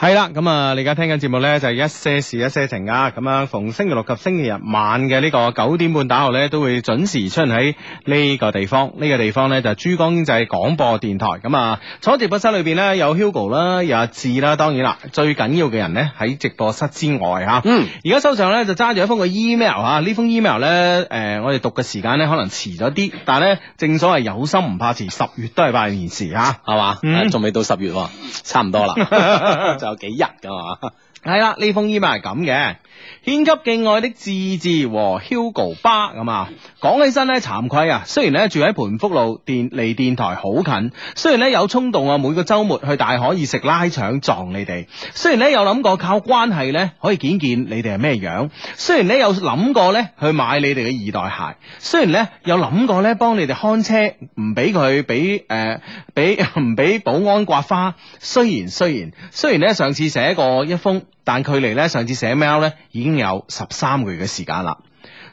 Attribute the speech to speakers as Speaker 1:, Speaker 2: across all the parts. Speaker 1: 系啦，咁啊，你而家聽緊節目呢，就係一些事一些情啊，咁樣逢星期六及星期日晚嘅呢個九點半打後呢，都會準時出現喺呢個地方。呢、個地方呢，就係珠江經濟廣播電台。咁啊，坐喺直播室裏邊呢，有 Hugo 啦，有阿志啦，當然啦，最緊要嘅人呢，喺直播室之外吓。
Speaker 2: 嗯，
Speaker 1: 而家手上咧就揸住一封嘅 email 啊，呢封 email 咧，誒、我哋讀嘅時間咧可能遲咗啲，但係咧正所謂有心唔怕遲，十月都係拜年時啊。
Speaker 2: 係嘛
Speaker 1: 嗯，
Speaker 2: 仲未到十月喎，差唔 多啦，仲有幾日㗎嘛，
Speaker 1: 系啦，呢封 email 系咁嘅，献給敬愛的志志和 Hugo 巴咁啊。講起身咧，慚愧啊，雖然咧住喺盤福路，電離電台好近，雖然咧有衝動啊，每個週末去大可以食拉腸撞你哋，雖然咧有諗過靠關係咧可以見見你哋係咩樣，雖然咧有諗過咧去買你哋嘅二代鞋，雖然咧有諗過咧幫你哋看車，唔俾佢俾誒俾 唔俾保安刮花，雖然雖然雖然咧上次寫過一封，但距離咧上次寫 mail 咧已經有十三個月嘅時間啦。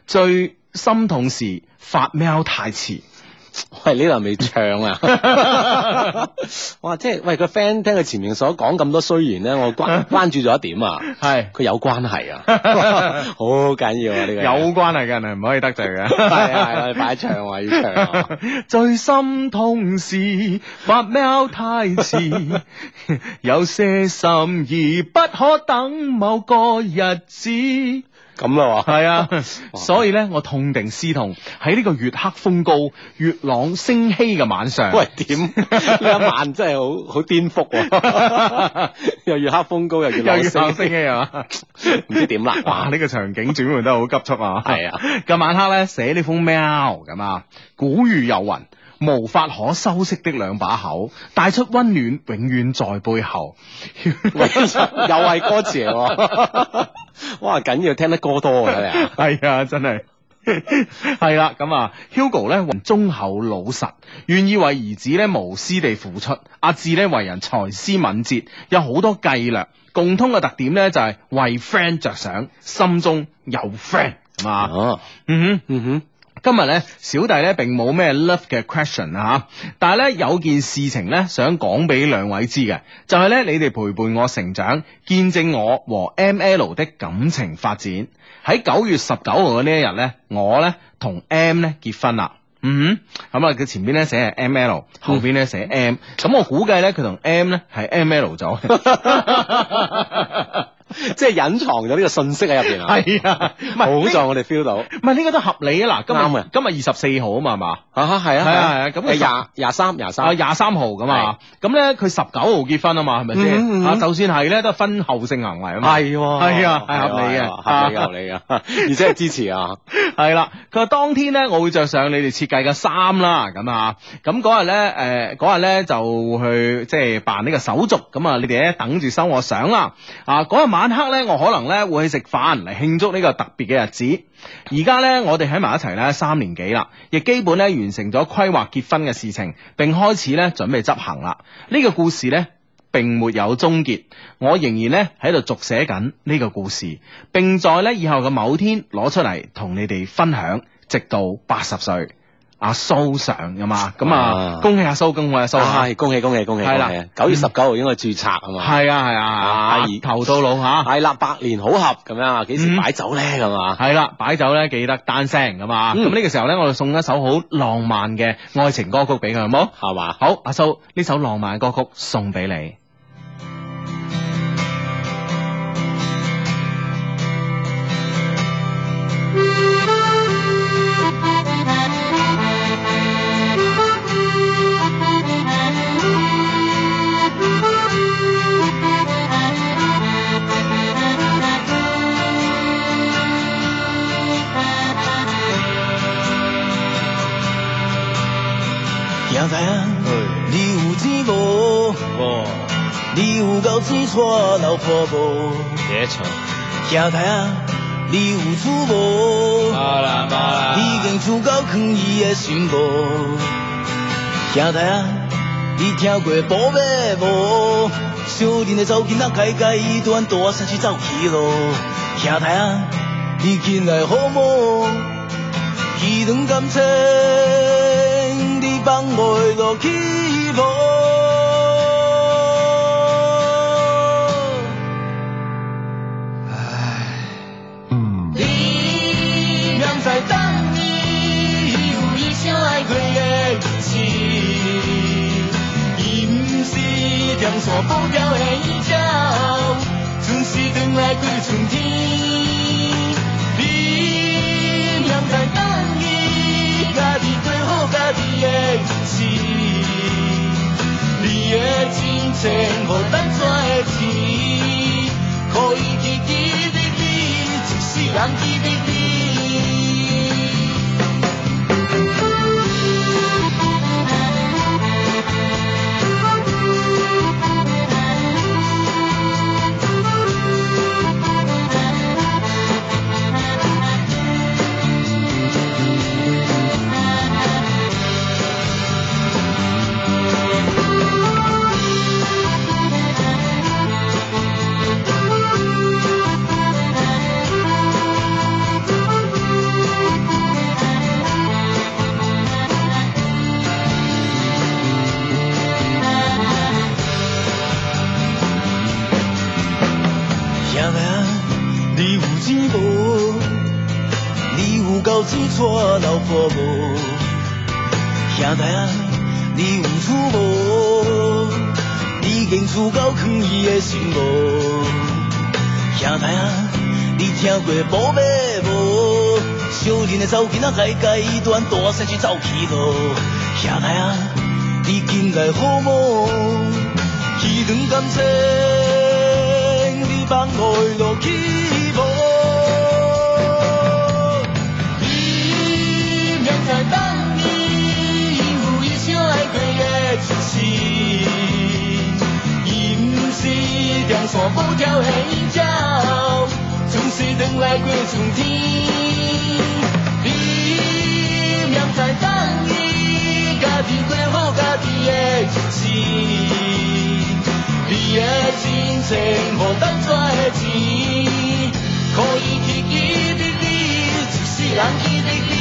Speaker 1: 最心痛是發 mail 太遲，
Speaker 2: 喂，呢度未唱 啊！哇，即係喂個 friend 聽佢前面所講咁多雖然咧，我關關注咗一點啊，
Speaker 1: 係
Speaker 2: 佢有關係 啊，好緊要啊呢個人
Speaker 1: 有關係嘅人係唔可以得罪嘅。
Speaker 2: 係啊係啊，你擺唱啊要唱啊，
Speaker 1: 最心痛是發 mail 太遲，有些心意不可等某個日子。
Speaker 2: 咁 啦喎，
Speaker 1: 係啊，所以咧我痛定思痛，喺呢個月黑風高、月朗星稀嘅晚上，
Speaker 2: 喂點呢一晚真係好好顛 覆喎，又月黑風高又月
Speaker 1: 又要
Speaker 2: 朗
Speaker 1: 星
Speaker 2: 星，
Speaker 1: 稀 啊！
Speaker 2: 唔知 點啦，
Speaker 1: 哇，
Speaker 2: 哇
Speaker 1: 呢、個場景轉換得好急促啊！
Speaker 2: 係啊。
Speaker 1: 今晚黑咧寫呢封 mail 咁啊，古語有云。無法可修飾的兩把口，帶出温暖，永遠在背後。
Speaker 2: 喂，又係歌詞嚟喎， 哇！緊要聽得歌多嘅你 啊，
Speaker 1: 係啊，真係係啦。咁啊，Hugo 咧為忠厚老實，願意為兒子咧無私地付出。阿志咧為人才思敏捷，有好多計略。共通嘅特點咧就係、為 friend 着想，心中有 friend 咁啊。
Speaker 2: 哦，
Speaker 1: 嗯哼。
Speaker 2: 嗯哼。
Speaker 1: 今日咧，小弟咧並冇咩 love 嘅 question 啊，但係咧有件事情咧想講俾兩位知嘅，就係、呢：咧你哋陪伴我成長，見證我和 M L 的感情發展。喺九月十九號嘅呢一日咧，我咧同 M 咧結婚啦。嗯哼，咁啊，佢前邊咧寫係 M L，後邊咧寫
Speaker 2: 嗯
Speaker 1: M，咁、我估計咧佢同 M 咧係 M L 咗。
Speaker 2: 即係隱藏咗呢個信息喺入邊啊！
Speaker 1: 係啊，唔係
Speaker 2: 好
Speaker 1: 呢
Speaker 2: 在我哋 feel 到
Speaker 1: 唔係呢個都合理啊！嗱，今
Speaker 2: 啱
Speaker 1: 日
Speaker 2: 啊
Speaker 1: 今日二十四號啊嘛，係嘛？
Speaker 2: 啊，係
Speaker 1: 係啊係啊咁佢
Speaker 2: 誒廿廿三廿
Speaker 1: 啊
Speaker 2: 三，
Speaker 1: 廿三號咁啊，咁咧佢十九號結婚啊嘛，係咪
Speaker 2: 嗯嗯
Speaker 1: 先？
Speaker 2: 嗯
Speaker 1: 啊，就算係咧，都係婚後性行為啊嘛。
Speaker 2: 係喎，
Speaker 1: 係啊係合理嘅
Speaker 2: 係喎合理嘅，合理 嘅，而且係支持啊，
Speaker 1: 係啦，佢話當天咧，我會着上你哋設計嘅衫啦，咁啊，咁嗰日咧，誒嗰日咧就去即係辦呢個手續，咁啊，你哋咧等住收我相啦。啊，嗰日晚黑咧，我可能咧會去食飯嚟慶祝呢個特別嘅日子。而家咧，我哋喺埋一齊咧三年幾啦，亦基本咧完成咗規劃結婚嘅事情，並開始咧準備執行啦。呢、個故事咧。並沒有終結，我仍然咧喺度續寫緊呢個故事，並在咧以後嘅某天攞出嚟同你哋分享，直到八十歲。阿蘇上噶嘛，咁啊
Speaker 2: 啊
Speaker 1: 恭喜阿蘇，恭喜阿蘇啊，
Speaker 2: 係恭喜恭喜恭喜！
Speaker 1: 係啦嗯
Speaker 2: 恭喜九月十九號應該註冊啊嘛，
Speaker 1: 係啊係啊，
Speaker 2: 啊
Speaker 1: 白頭到老吓。
Speaker 2: 係啦，百年好合咁樣啊，幾
Speaker 1: 嗯
Speaker 2: 時擺酒咧咁啊？
Speaker 1: 系啦，擺酒咧記得單聲咁啊！咁
Speaker 2: 嗯
Speaker 1: 呢、個時候咧，我哋送一首好浪漫嘅愛情歌曲俾佢，好冇？
Speaker 2: 係嘛？
Speaker 1: 好，阿蘇呢首浪漫歌曲送俾你。
Speaker 3: 行知影，你有钱无？你有够钱娶老婆无？行知影，你有厝无？你硬厝到囥伊的心无？行知影，你听过宝马无？小人的查某囡仔改改伊转大城市走起咯。行知影，你近来好无？伊两感情，你放袂落去无？任何補救起周，縱使對畏懼從天，臉任大單一，那地最好那地亦是，你若真情何得再次，可以記記的你，即使冷記的你。兄弟，你有钱无？你有够钱娶老婆无？兄弟，你有厝无？你经厝够囥伊的心无？兄弟，你听过无马无？小人的走囡仔该该端大细去走去路。兄弟，你近来好无？彼两感情。你放我落去无？你明知等你有伊相爱过的一世，伊毋是电线布条的鸟，总是等来过春天。你明知等伊家己过好家己的日子。你的真情无等的钱，可以去记得你，一世人记得你。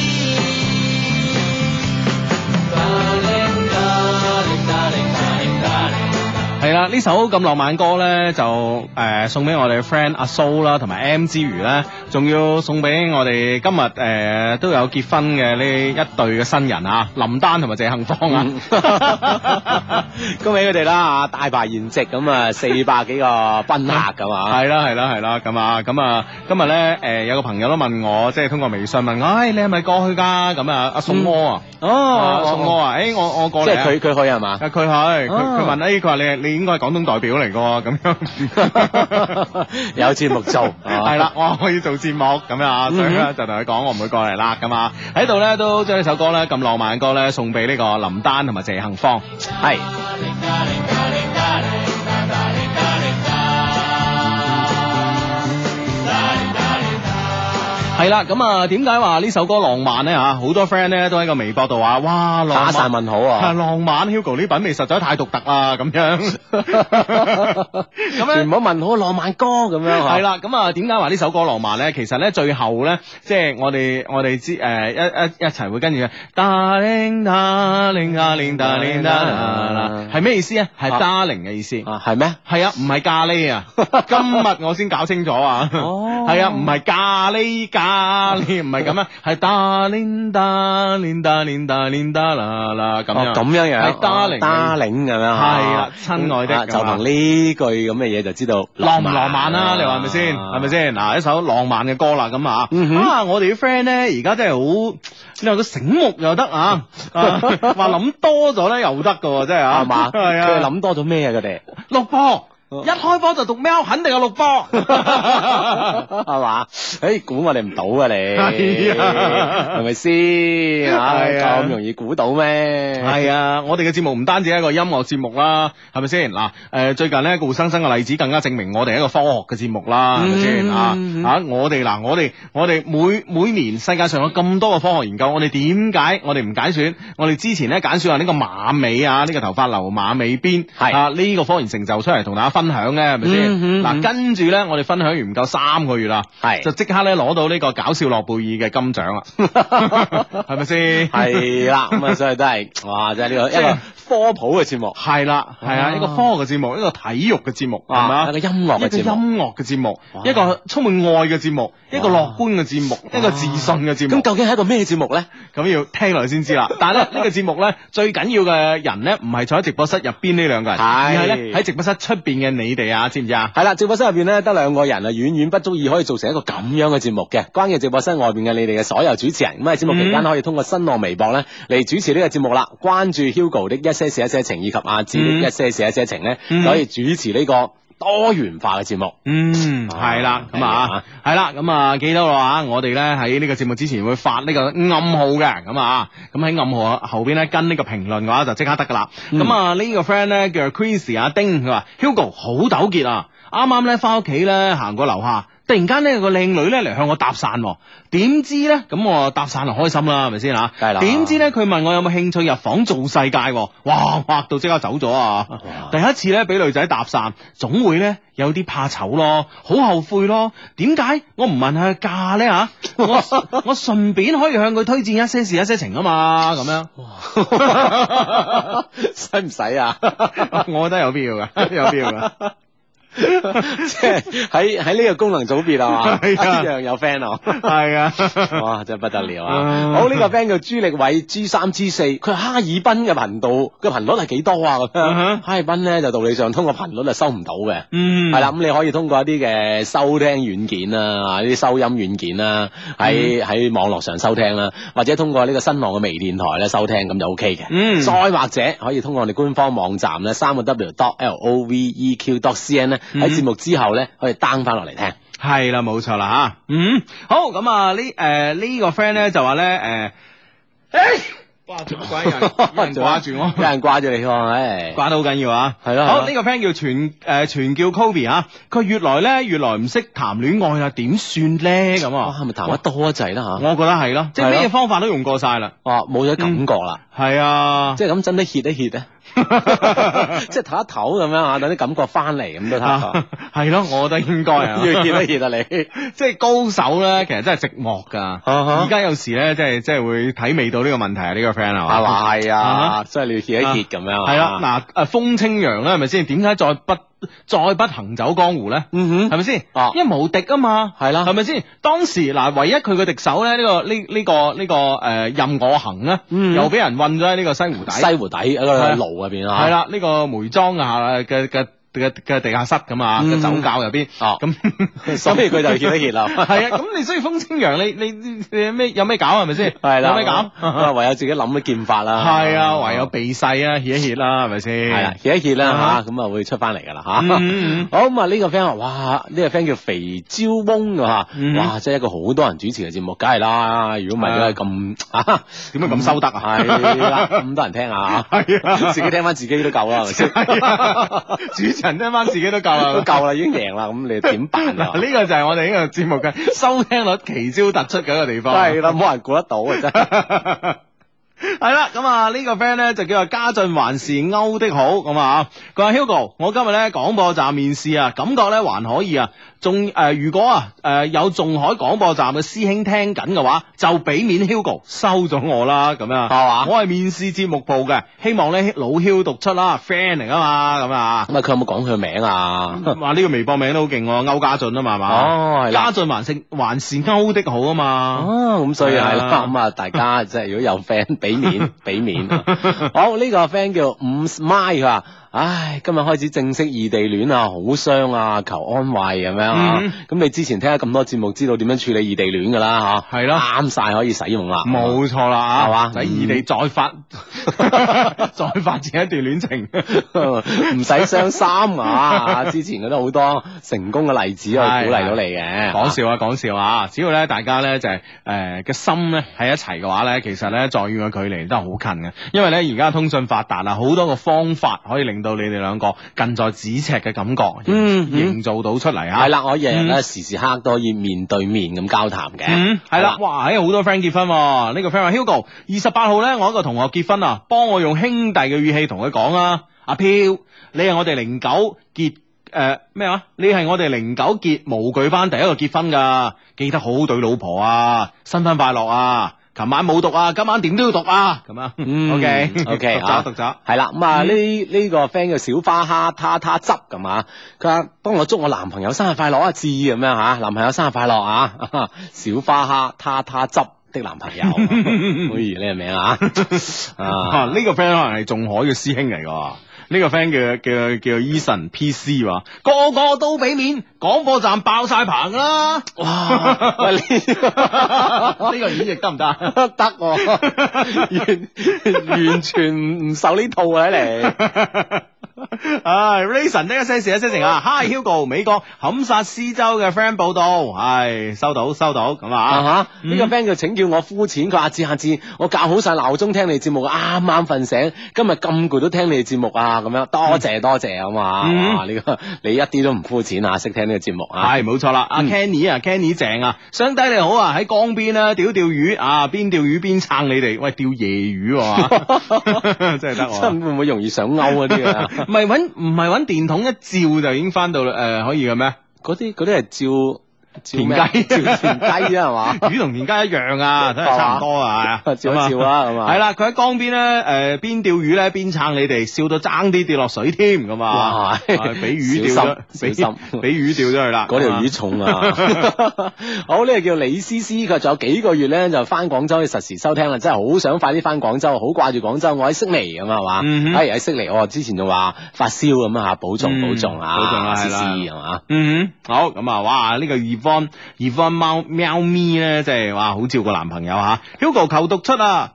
Speaker 3: 哒铃哒铃哒铃哒铃哒铃
Speaker 1: 系啦，呢首咁浪漫歌咧，就誒、呃送俾我哋 friend 阿蘇啦，同埋 M 之餘咧，仲要送俾我哋今日誒、呃都有結婚嘅呢一對嘅新人啊，林丹同埋謝杏芳啊，
Speaker 2: 恭喜佢哋啦，大排筵席咁啊，四百幾個賓客咁啊，
Speaker 1: 係啦係啦係啦，咁啊咁啊，今日咧誒有個朋友都問我，即係通過微信問我，唉、你係咪過去㗎？咁啊，阿宋柯啊，啊
Speaker 2: 哦
Speaker 1: 宋柯啊，誒、我我過
Speaker 2: 即
Speaker 1: 嚟
Speaker 2: 係
Speaker 1: 啊。
Speaker 2: 佢佢去 係嘛？
Speaker 1: 啊，佢係佢
Speaker 2: 哦
Speaker 1: 佢問誒，佢話你你應該係廣東代表嚟㗎喎，咁樣
Speaker 2: 有節目做
Speaker 1: 係啦，，我我要做節目咁樣啊，所以咧
Speaker 2: 嗯
Speaker 1: 就同佢講我唔會過嚟啦咁啊，喺度咧都將呢首歌咧咁浪漫嘅歌咧送俾呢個林丹同埋謝杏芳，
Speaker 2: 係
Speaker 1: 係啦，咁啊點解話呢首歌浪漫咧嚇？好多 friend 咧都喺個微博度話，哇浪
Speaker 2: 打晒
Speaker 1: 漫。
Speaker 2: 問號
Speaker 1: 啊
Speaker 2: 啊！
Speaker 1: 浪漫 Hugo 呢品味實在太獨特啦，咁樣咁樣
Speaker 2: 全部問好浪漫歌咁樣嚇
Speaker 1: 系，啦，咁啊，點解話呢首歌浪漫咧？其實咧，最後咧，即係我哋我哋知诶一一一齊會跟住嘅，打铃打铃打铃打铃打啦，係咩意思啊？係
Speaker 2: 啊
Speaker 1: darling 嘅意思。
Speaker 2: 啊係咩？
Speaker 1: 係啊，唔係咖喱啊！今日我先搞清楚啊！
Speaker 2: 哦
Speaker 1: 係啊，唔係咖喱咖喱，唔係咁啊，係 darling darling darling darling da 啦啦咁
Speaker 2: 哦
Speaker 1: 樣。
Speaker 2: 咁樣樣，
Speaker 1: 係 darling
Speaker 2: 打領咁樣嚇，
Speaker 1: 係啦親愛的
Speaker 2: 啊
Speaker 1: 咁
Speaker 2: 就
Speaker 1: 啊
Speaker 2: 憑呢句咁嘅嘢就知道
Speaker 1: 浪唔浪漫啊啦？你話係咪先？係咪？先？啊嗱，一首浪漫嘅歌啦，咁啊，
Speaker 2: 嗯哼
Speaker 1: 啊，我哋啲 friend 咧，而家真係好，你話佢醒目又得 啊，啊話諗多咗咧又得噶喎，真係啊，
Speaker 2: 係嘛？
Speaker 1: 係
Speaker 2: 佢哋
Speaker 1: 啊，
Speaker 2: 諗哦多咗咩啊？ 佢哋
Speaker 1: 六波。一開波就讀喵，肯定有六 波。
Speaker 2: 係嘛？誒，估我哋唔到啊！你
Speaker 1: 係啊
Speaker 2: 係咪先？啊
Speaker 1: 係啊
Speaker 2: 咁容易估到 咩？
Speaker 1: 係啊，我哋嘅節目唔單止係一個音樂節目啦，係咪先？嗱，誒最近咧顧生生嘅例子更加證明我哋係一個科學嘅節目啦，係咪先啊
Speaker 2: 嗯？
Speaker 1: 啊，我哋嗱，我哋我哋每每年世界上有咁多嘅科學研究，我哋點解我哋唔揀選？我哋之前咧揀選話呢個馬尾啊，呢、個頭髮留馬尾邊，
Speaker 2: 係
Speaker 1: 啊呢、個科研成就出嚟同大家分分享咧？係咪先？
Speaker 2: 嗯嗯
Speaker 1: 嗱、
Speaker 2: 嗯
Speaker 1: 跟住咧，我哋分享完唔夠三個月啦，
Speaker 2: 係
Speaker 1: 就即刻咧攞到呢個搞笑諾貝爾嘅金 獎啦，係咪先？
Speaker 2: 係啦，咁啊，所以都係哇，真係呢個
Speaker 1: 即係
Speaker 2: 一個科普嘅節目，
Speaker 1: 係哎啦，係啊，
Speaker 2: 啊
Speaker 1: 一個科學嘅節目，一個體育嘅節目，係咪
Speaker 2: 啊，一個音樂嘅
Speaker 1: 一個
Speaker 2: 節目。
Speaker 1: 音樂嘅節目，
Speaker 2: 哇
Speaker 1: 一個充滿愛嘅節目，一個
Speaker 2: 哇
Speaker 1: 樂觀嘅節目，一個自信嘅節目
Speaker 2: 咁。究竟係一個咩節目咧？
Speaker 1: 咁要聽落去先知 啦。但係咧，呢個節目咧最緊要嘅人咧，唔係坐喺直播室入邊呢兩個人，
Speaker 2: 係
Speaker 1: 而係咧喺直播室出邊嘅你哋啊，知唔知啊？
Speaker 2: 係啦，直播室入邊咧得兩個人啊，遠遠不足以可以做成一個咁樣嘅節目嘅。關鍵直播室外邊嘅你哋嘅所有主持人，咁啊喺節目期間
Speaker 1: 嗯
Speaker 2: 可以通過新浪微博咧嚟主持呢個節目啦。關注 Hugo 的一些事一些情以及阿志的一些事一些情咧，
Speaker 1: 嗯
Speaker 2: 就可以主持呢個多元化嘅節目。
Speaker 1: 嗯，係啦，咁啊，係啦，咁啊，記得啦嚇，我哋咧喺呢個節目之前會發呢個暗號嘅，咁啊，咁喺暗號後邊咧跟呢個評論嘅話就即刻得噶啦。
Speaker 2: 嗯
Speaker 1: 咁啊，呢個 friend 咧叫 Chris 阿丁，佢話 Hugo 好糾結啊，啱啱咧翻屋企咧行過樓下。突然間呢，有個靚女咧嚟向我搭訕喎，點知咧咁我搭訕就開心啦，係咪先嚇？啊
Speaker 2: 梗係啦
Speaker 1: 點知咧佢問我有冇興趣入房做世界喎，哇嚇到即刻走咗啊！第一次咧俾女仔搭讪，總會咧有啲怕醜咯，好後悔咯。點解我唔問下嫁咧吓？我 我順便可以向佢推薦一些事一些情啊嘛，咁樣
Speaker 2: 使唔使啊？
Speaker 1: 我覺得有必要嘅， 有必要嘅。
Speaker 2: 即係喺喺呢個功能組別啊嘛，一
Speaker 1: 係啊
Speaker 2: 樣有 friend 啊。
Speaker 1: 係啊，
Speaker 2: 哇，真係不得了
Speaker 1: 啊
Speaker 2: 啊！好呢、個 friend 叫朱力偉 G 三 G 四，佢話哈爾濱嘅頻道嘅頻率係幾多啊？咁
Speaker 1: 嗯哼
Speaker 2: 樣哈爾濱咧就道理上通過頻率係收唔到嘅。
Speaker 1: 嗯，
Speaker 2: 係啦，咁你可以通過一啲嘅收聽軟件啦，啊呢啲收音軟件啦，喺
Speaker 1: 嗯
Speaker 2: 喺網絡上收聽啦，或者通過呢個新浪嘅微電台咧收聽，咁就 O K 嘅。
Speaker 1: 嗯
Speaker 2: 再或者可以通過我哋官方網站咧，三個 W dot L O V E Q dot C N 咧，喺
Speaker 1: 嗯
Speaker 2: 節目之後咧可以 down 翻落嚟聽。
Speaker 1: 係啦，冇錯啦吓。嗯，好咁啊，呢誒呢個 friend 咧就話咧誒，欸 哇，做乜鬼有人啊 有人掛住我
Speaker 2: 有？人掛住你喎，唉。
Speaker 1: 掛得好緊要啊！
Speaker 2: 係咯係咯
Speaker 1: 好呢個 friend 叫全誒全叫 Kobe 啊，佢越來咧越來唔識談戀愛啦，點算咧咁
Speaker 2: 哇，
Speaker 1: 啊？
Speaker 2: 係咪談得多滯啦吓？
Speaker 1: 我覺得係咯，即係
Speaker 2: 係咯
Speaker 1: 咩方法都用過晒啦。
Speaker 2: 哦，冇咗感覺啦，
Speaker 1: 係啊，
Speaker 2: 即係咁真得歇一歇咧，即係唞一唞咁樣啊，等啲感覺翻嚟咁都得。
Speaker 1: 係啊咯，我覺得應該啊。
Speaker 2: 要歇一歇啊你，
Speaker 1: 即係高手咧，其實真係寂寞㗎。
Speaker 2: 啊
Speaker 1: 而家有時咧，即係即係會體味到呢個問題啊！呢個 friend 係嘛？
Speaker 2: 係嘛係
Speaker 1: 啊
Speaker 2: 啊，所以你要歇一歇咁樣。啊
Speaker 1: 係啦，，嗱，誒風清揚咧，係咪先？點解再不再不行走江湖咧？
Speaker 2: 嗯
Speaker 1: 係
Speaker 2: 哼，
Speaker 1: 咪先？
Speaker 2: 哦
Speaker 1: 因為無敵啊嘛，
Speaker 2: 係啦
Speaker 1: 係咪先？當時嗱，唯一佢嘅敵手咧，呢、個呢呢、個呢、個誒、呃任我行咧，
Speaker 2: 嗯
Speaker 1: 又俾人韞咗喺呢個西湖底，
Speaker 2: 西湖底喺
Speaker 1: 係
Speaker 2: 個
Speaker 1: 啊
Speaker 2: 爐入邊啊。
Speaker 1: 係，啦，呢、個梅莊啊嘅嘅嘅嘅地下室咁啊，
Speaker 2: 嗯
Speaker 1: 嘅酒窖入邊，
Speaker 2: 哦，
Speaker 1: 咁
Speaker 2: 所以佢就歇一歇啦。
Speaker 1: 係啊，咁你所以風清揚，你你你你咩有咩搞 啊係咪先？
Speaker 2: 係啦，
Speaker 1: 有咩搞？
Speaker 2: 咁啊唯有自己諗啲劍法啦。
Speaker 1: 係啊，唯有避世啊，歇一歇啦，係咪先？
Speaker 2: 係啦，歇一歇
Speaker 1: 啊
Speaker 2: 啦吓，咁啊會出翻嚟噶啦吓。
Speaker 1: 嗯嗯嗯
Speaker 2: 好咁啊！呢個 friend 話：，哇！呢個 friend 叫肥椒翁啊，
Speaker 1: 嗯
Speaker 2: 哇！真係一個好多人主持嘅節目，梗係啦。如果唔
Speaker 1: 係
Speaker 2: 係
Speaker 1: 啊
Speaker 2: 點解咁啊？
Speaker 1: 點解咁收得啊？
Speaker 2: 係啦，咁多人聽 啊，
Speaker 1: 係啊
Speaker 2: 自己聽翻自己都夠啦，係咪 先？
Speaker 1: 係啊主持人聽翻自己都夠啦，
Speaker 2: 都夠啦，已經贏啦，咁你點辦啊
Speaker 1: 嗱，？呢個就係我哋呢個節目嘅收聽率奇招突出嘅一個地方。
Speaker 2: 係啦，冇人估得到 啊！真係。
Speaker 1: 係啦，咁啊呢個 friend 咧就叫做家俊還是歐的好咁啊，佢話 Hugo，我今日咧廣播站面試啊，感覺咧還可以啊，仲誒、呃如果啊誒、呃有仲海廣播站嘅師兄聽緊嘅話，就俾面 Hugo 收咗我啦，咁啊，
Speaker 2: 係嘛
Speaker 1: 我係面試節目部嘅，希望咧老 Hugh 讀出啦，friend 嚟噶嘛，咁 啊。
Speaker 2: 咁啊，佢有冇講佢名 啊？
Speaker 1: 話呢個微博名都好勁喎，歐家俊啊嘛，係嘛？
Speaker 2: 哦係啦
Speaker 1: 家俊還是還是歐的好啊嘛。
Speaker 2: 哦，咁所以係
Speaker 1: 係啊
Speaker 2: 啦，咁啊，大家即係如果有 friend 俾 面俾面，好呢個 friend 叫五 smile 佢話。唉，今日開始正式異地戀啊，好傷啊，求安慰咁樣啊。
Speaker 1: 嗯
Speaker 2: 咁、你之前聽咗咁多節目，知道點樣處理異地戀噶啦吓，
Speaker 1: 係咯
Speaker 2: 啱晒可以使用啦。
Speaker 1: 冇錯啦啊，
Speaker 2: 係嘛嗯
Speaker 1: 喺異地再發 再發展一段戀 情，
Speaker 2: 唔使傷心 啊！之前嗰啲好多成功嘅例子去鼓
Speaker 1: 係
Speaker 2: 勵到你嘅。
Speaker 1: 講笑啊講笑啊！只要咧大家咧就係誒嘅心咧喺一齊嘅話咧，其實咧再遠嘅距離都係好近嘅，因為咧而家通訊發達啊，好多個方法可以令到你哋兩個近在咫尺嘅感覺，
Speaker 2: 嗯嗯
Speaker 1: 營造到出嚟啊！
Speaker 2: 係啦，我日日咧
Speaker 1: 嗯
Speaker 2: 時時刻刻都可以面對面咁交談嘅。
Speaker 1: 嗯，系啦，哇，喺好多 friend 結婚喎，呢、個 friend 話 Hugo 二十八號咧，我一個同學結婚啊，幫我用兄弟嘅語氣同佢講啊，阿飄，你係我哋零九結誒、诶咩啊？你係我哋零九結模具班第一個結婚噶，記得好好對老婆啊，新婚快樂啊！琴晚冇讀啊，今晚點都要讀啊！咁啊
Speaker 2: 嗯
Speaker 1: ，OK
Speaker 2: OK，
Speaker 1: 讀
Speaker 2: 啊
Speaker 1: 咗讀咗，
Speaker 2: 系啦，咁啊呢呢個 friend 叫小花蝦他他汁咁啊，佢話幫我祝我男朋友生日快樂啊，致咁樣吓，男朋友生日快樂啊， 小花蝦他他汁的男朋友，哎呀呢個名啊，
Speaker 1: 啊
Speaker 2: 啊
Speaker 1: 呢個 friend 可能係仲海嘅師兄嚟噶。呢個 friend 叫叫叫 Eason PC 話，個個都俾面，廣播站爆晒棚㗎啦！
Speaker 2: 哇， 喂呢
Speaker 1: 呢個演繹得唔得啊？
Speaker 2: 得喎，完完全唔受呢套啊你。
Speaker 1: 唉 r a s o n 呢一些事一些情啊，Hi Hugo，美國堪薩斯州嘅 friend 報道，唉，收到收到，咁啊，
Speaker 2: 啊哈！
Speaker 1: 嗯
Speaker 2: 呢個 friend 叫請叫我膚淺，佢話阿志阿志，我校好晒鬧鐘聽你節目，啱啱瞓醒，今日咁攰都聽你節目啊，咁樣多謝多謝咁啊！
Speaker 1: 嗯
Speaker 2: 哇！呢個你一啲都唔膚淺啊，識聽呢個節目啊！
Speaker 1: 係冇錯啦，阿
Speaker 2: 嗯
Speaker 1: Kenny 啊，Kenny 正啊，相低你好啊，喺江邊啊，屌釣魚啊，邊釣魚邊撐你哋，喂，釣夜魚 喎，真係得喎
Speaker 2: 真。會唔會容易上勾嗰啲啊？
Speaker 1: 唔係揾唔係揾電筒一照就已經翻到啦，誒、呃可以嘅 咩？
Speaker 2: 嗰啲嗰啲係照照咩啊
Speaker 1: 田雞
Speaker 2: 照田雞啊，係嘛？
Speaker 1: 魚同田雞一樣啊， 都係差唔多啊，
Speaker 2: 照一照啊，咁啊！
Speaker 1: 系，啦，佢喺江邊咧，诶、邊釣魚咧，邊撐你哋，笑到爭啲跌落水添咁啊！
Speaker 2: 哇！
Speaker 1: 啊俾魚
Speaker 2: 小
Speaker 1: 釣咗，
Speaker 2: 心小
Speaker 1: 俾
Speaker 2: 心
Speaker 1: 俾魚釣咗佢啦。
Speaker 2: 嗰條魚重啊！ 好呢個叫李思思，佢仲有幾個月咧就翻廣州去實時收聽啦，真係好想快啲翻廣州，好掛住廣州。我喺悉尼咁啊係嘛，
Speaker 1: 嗯哼
Speaker 2: 哎喺悉尼，我之前就話發燒咁啊，保重
Speaker 1: 嗯
Speaker 2: 保重啊，
Speaker 1: 保重啊
Speaker 2: 思思
Speaker 1: 係
Speaker 2: 係嘛，
Speaker 1: 嗯哼，好咁啊！哇，呢、個 Evan Evan 貓喵咪咧，真係哇，好照顧男朋友吓、Hugo 求讀出啊！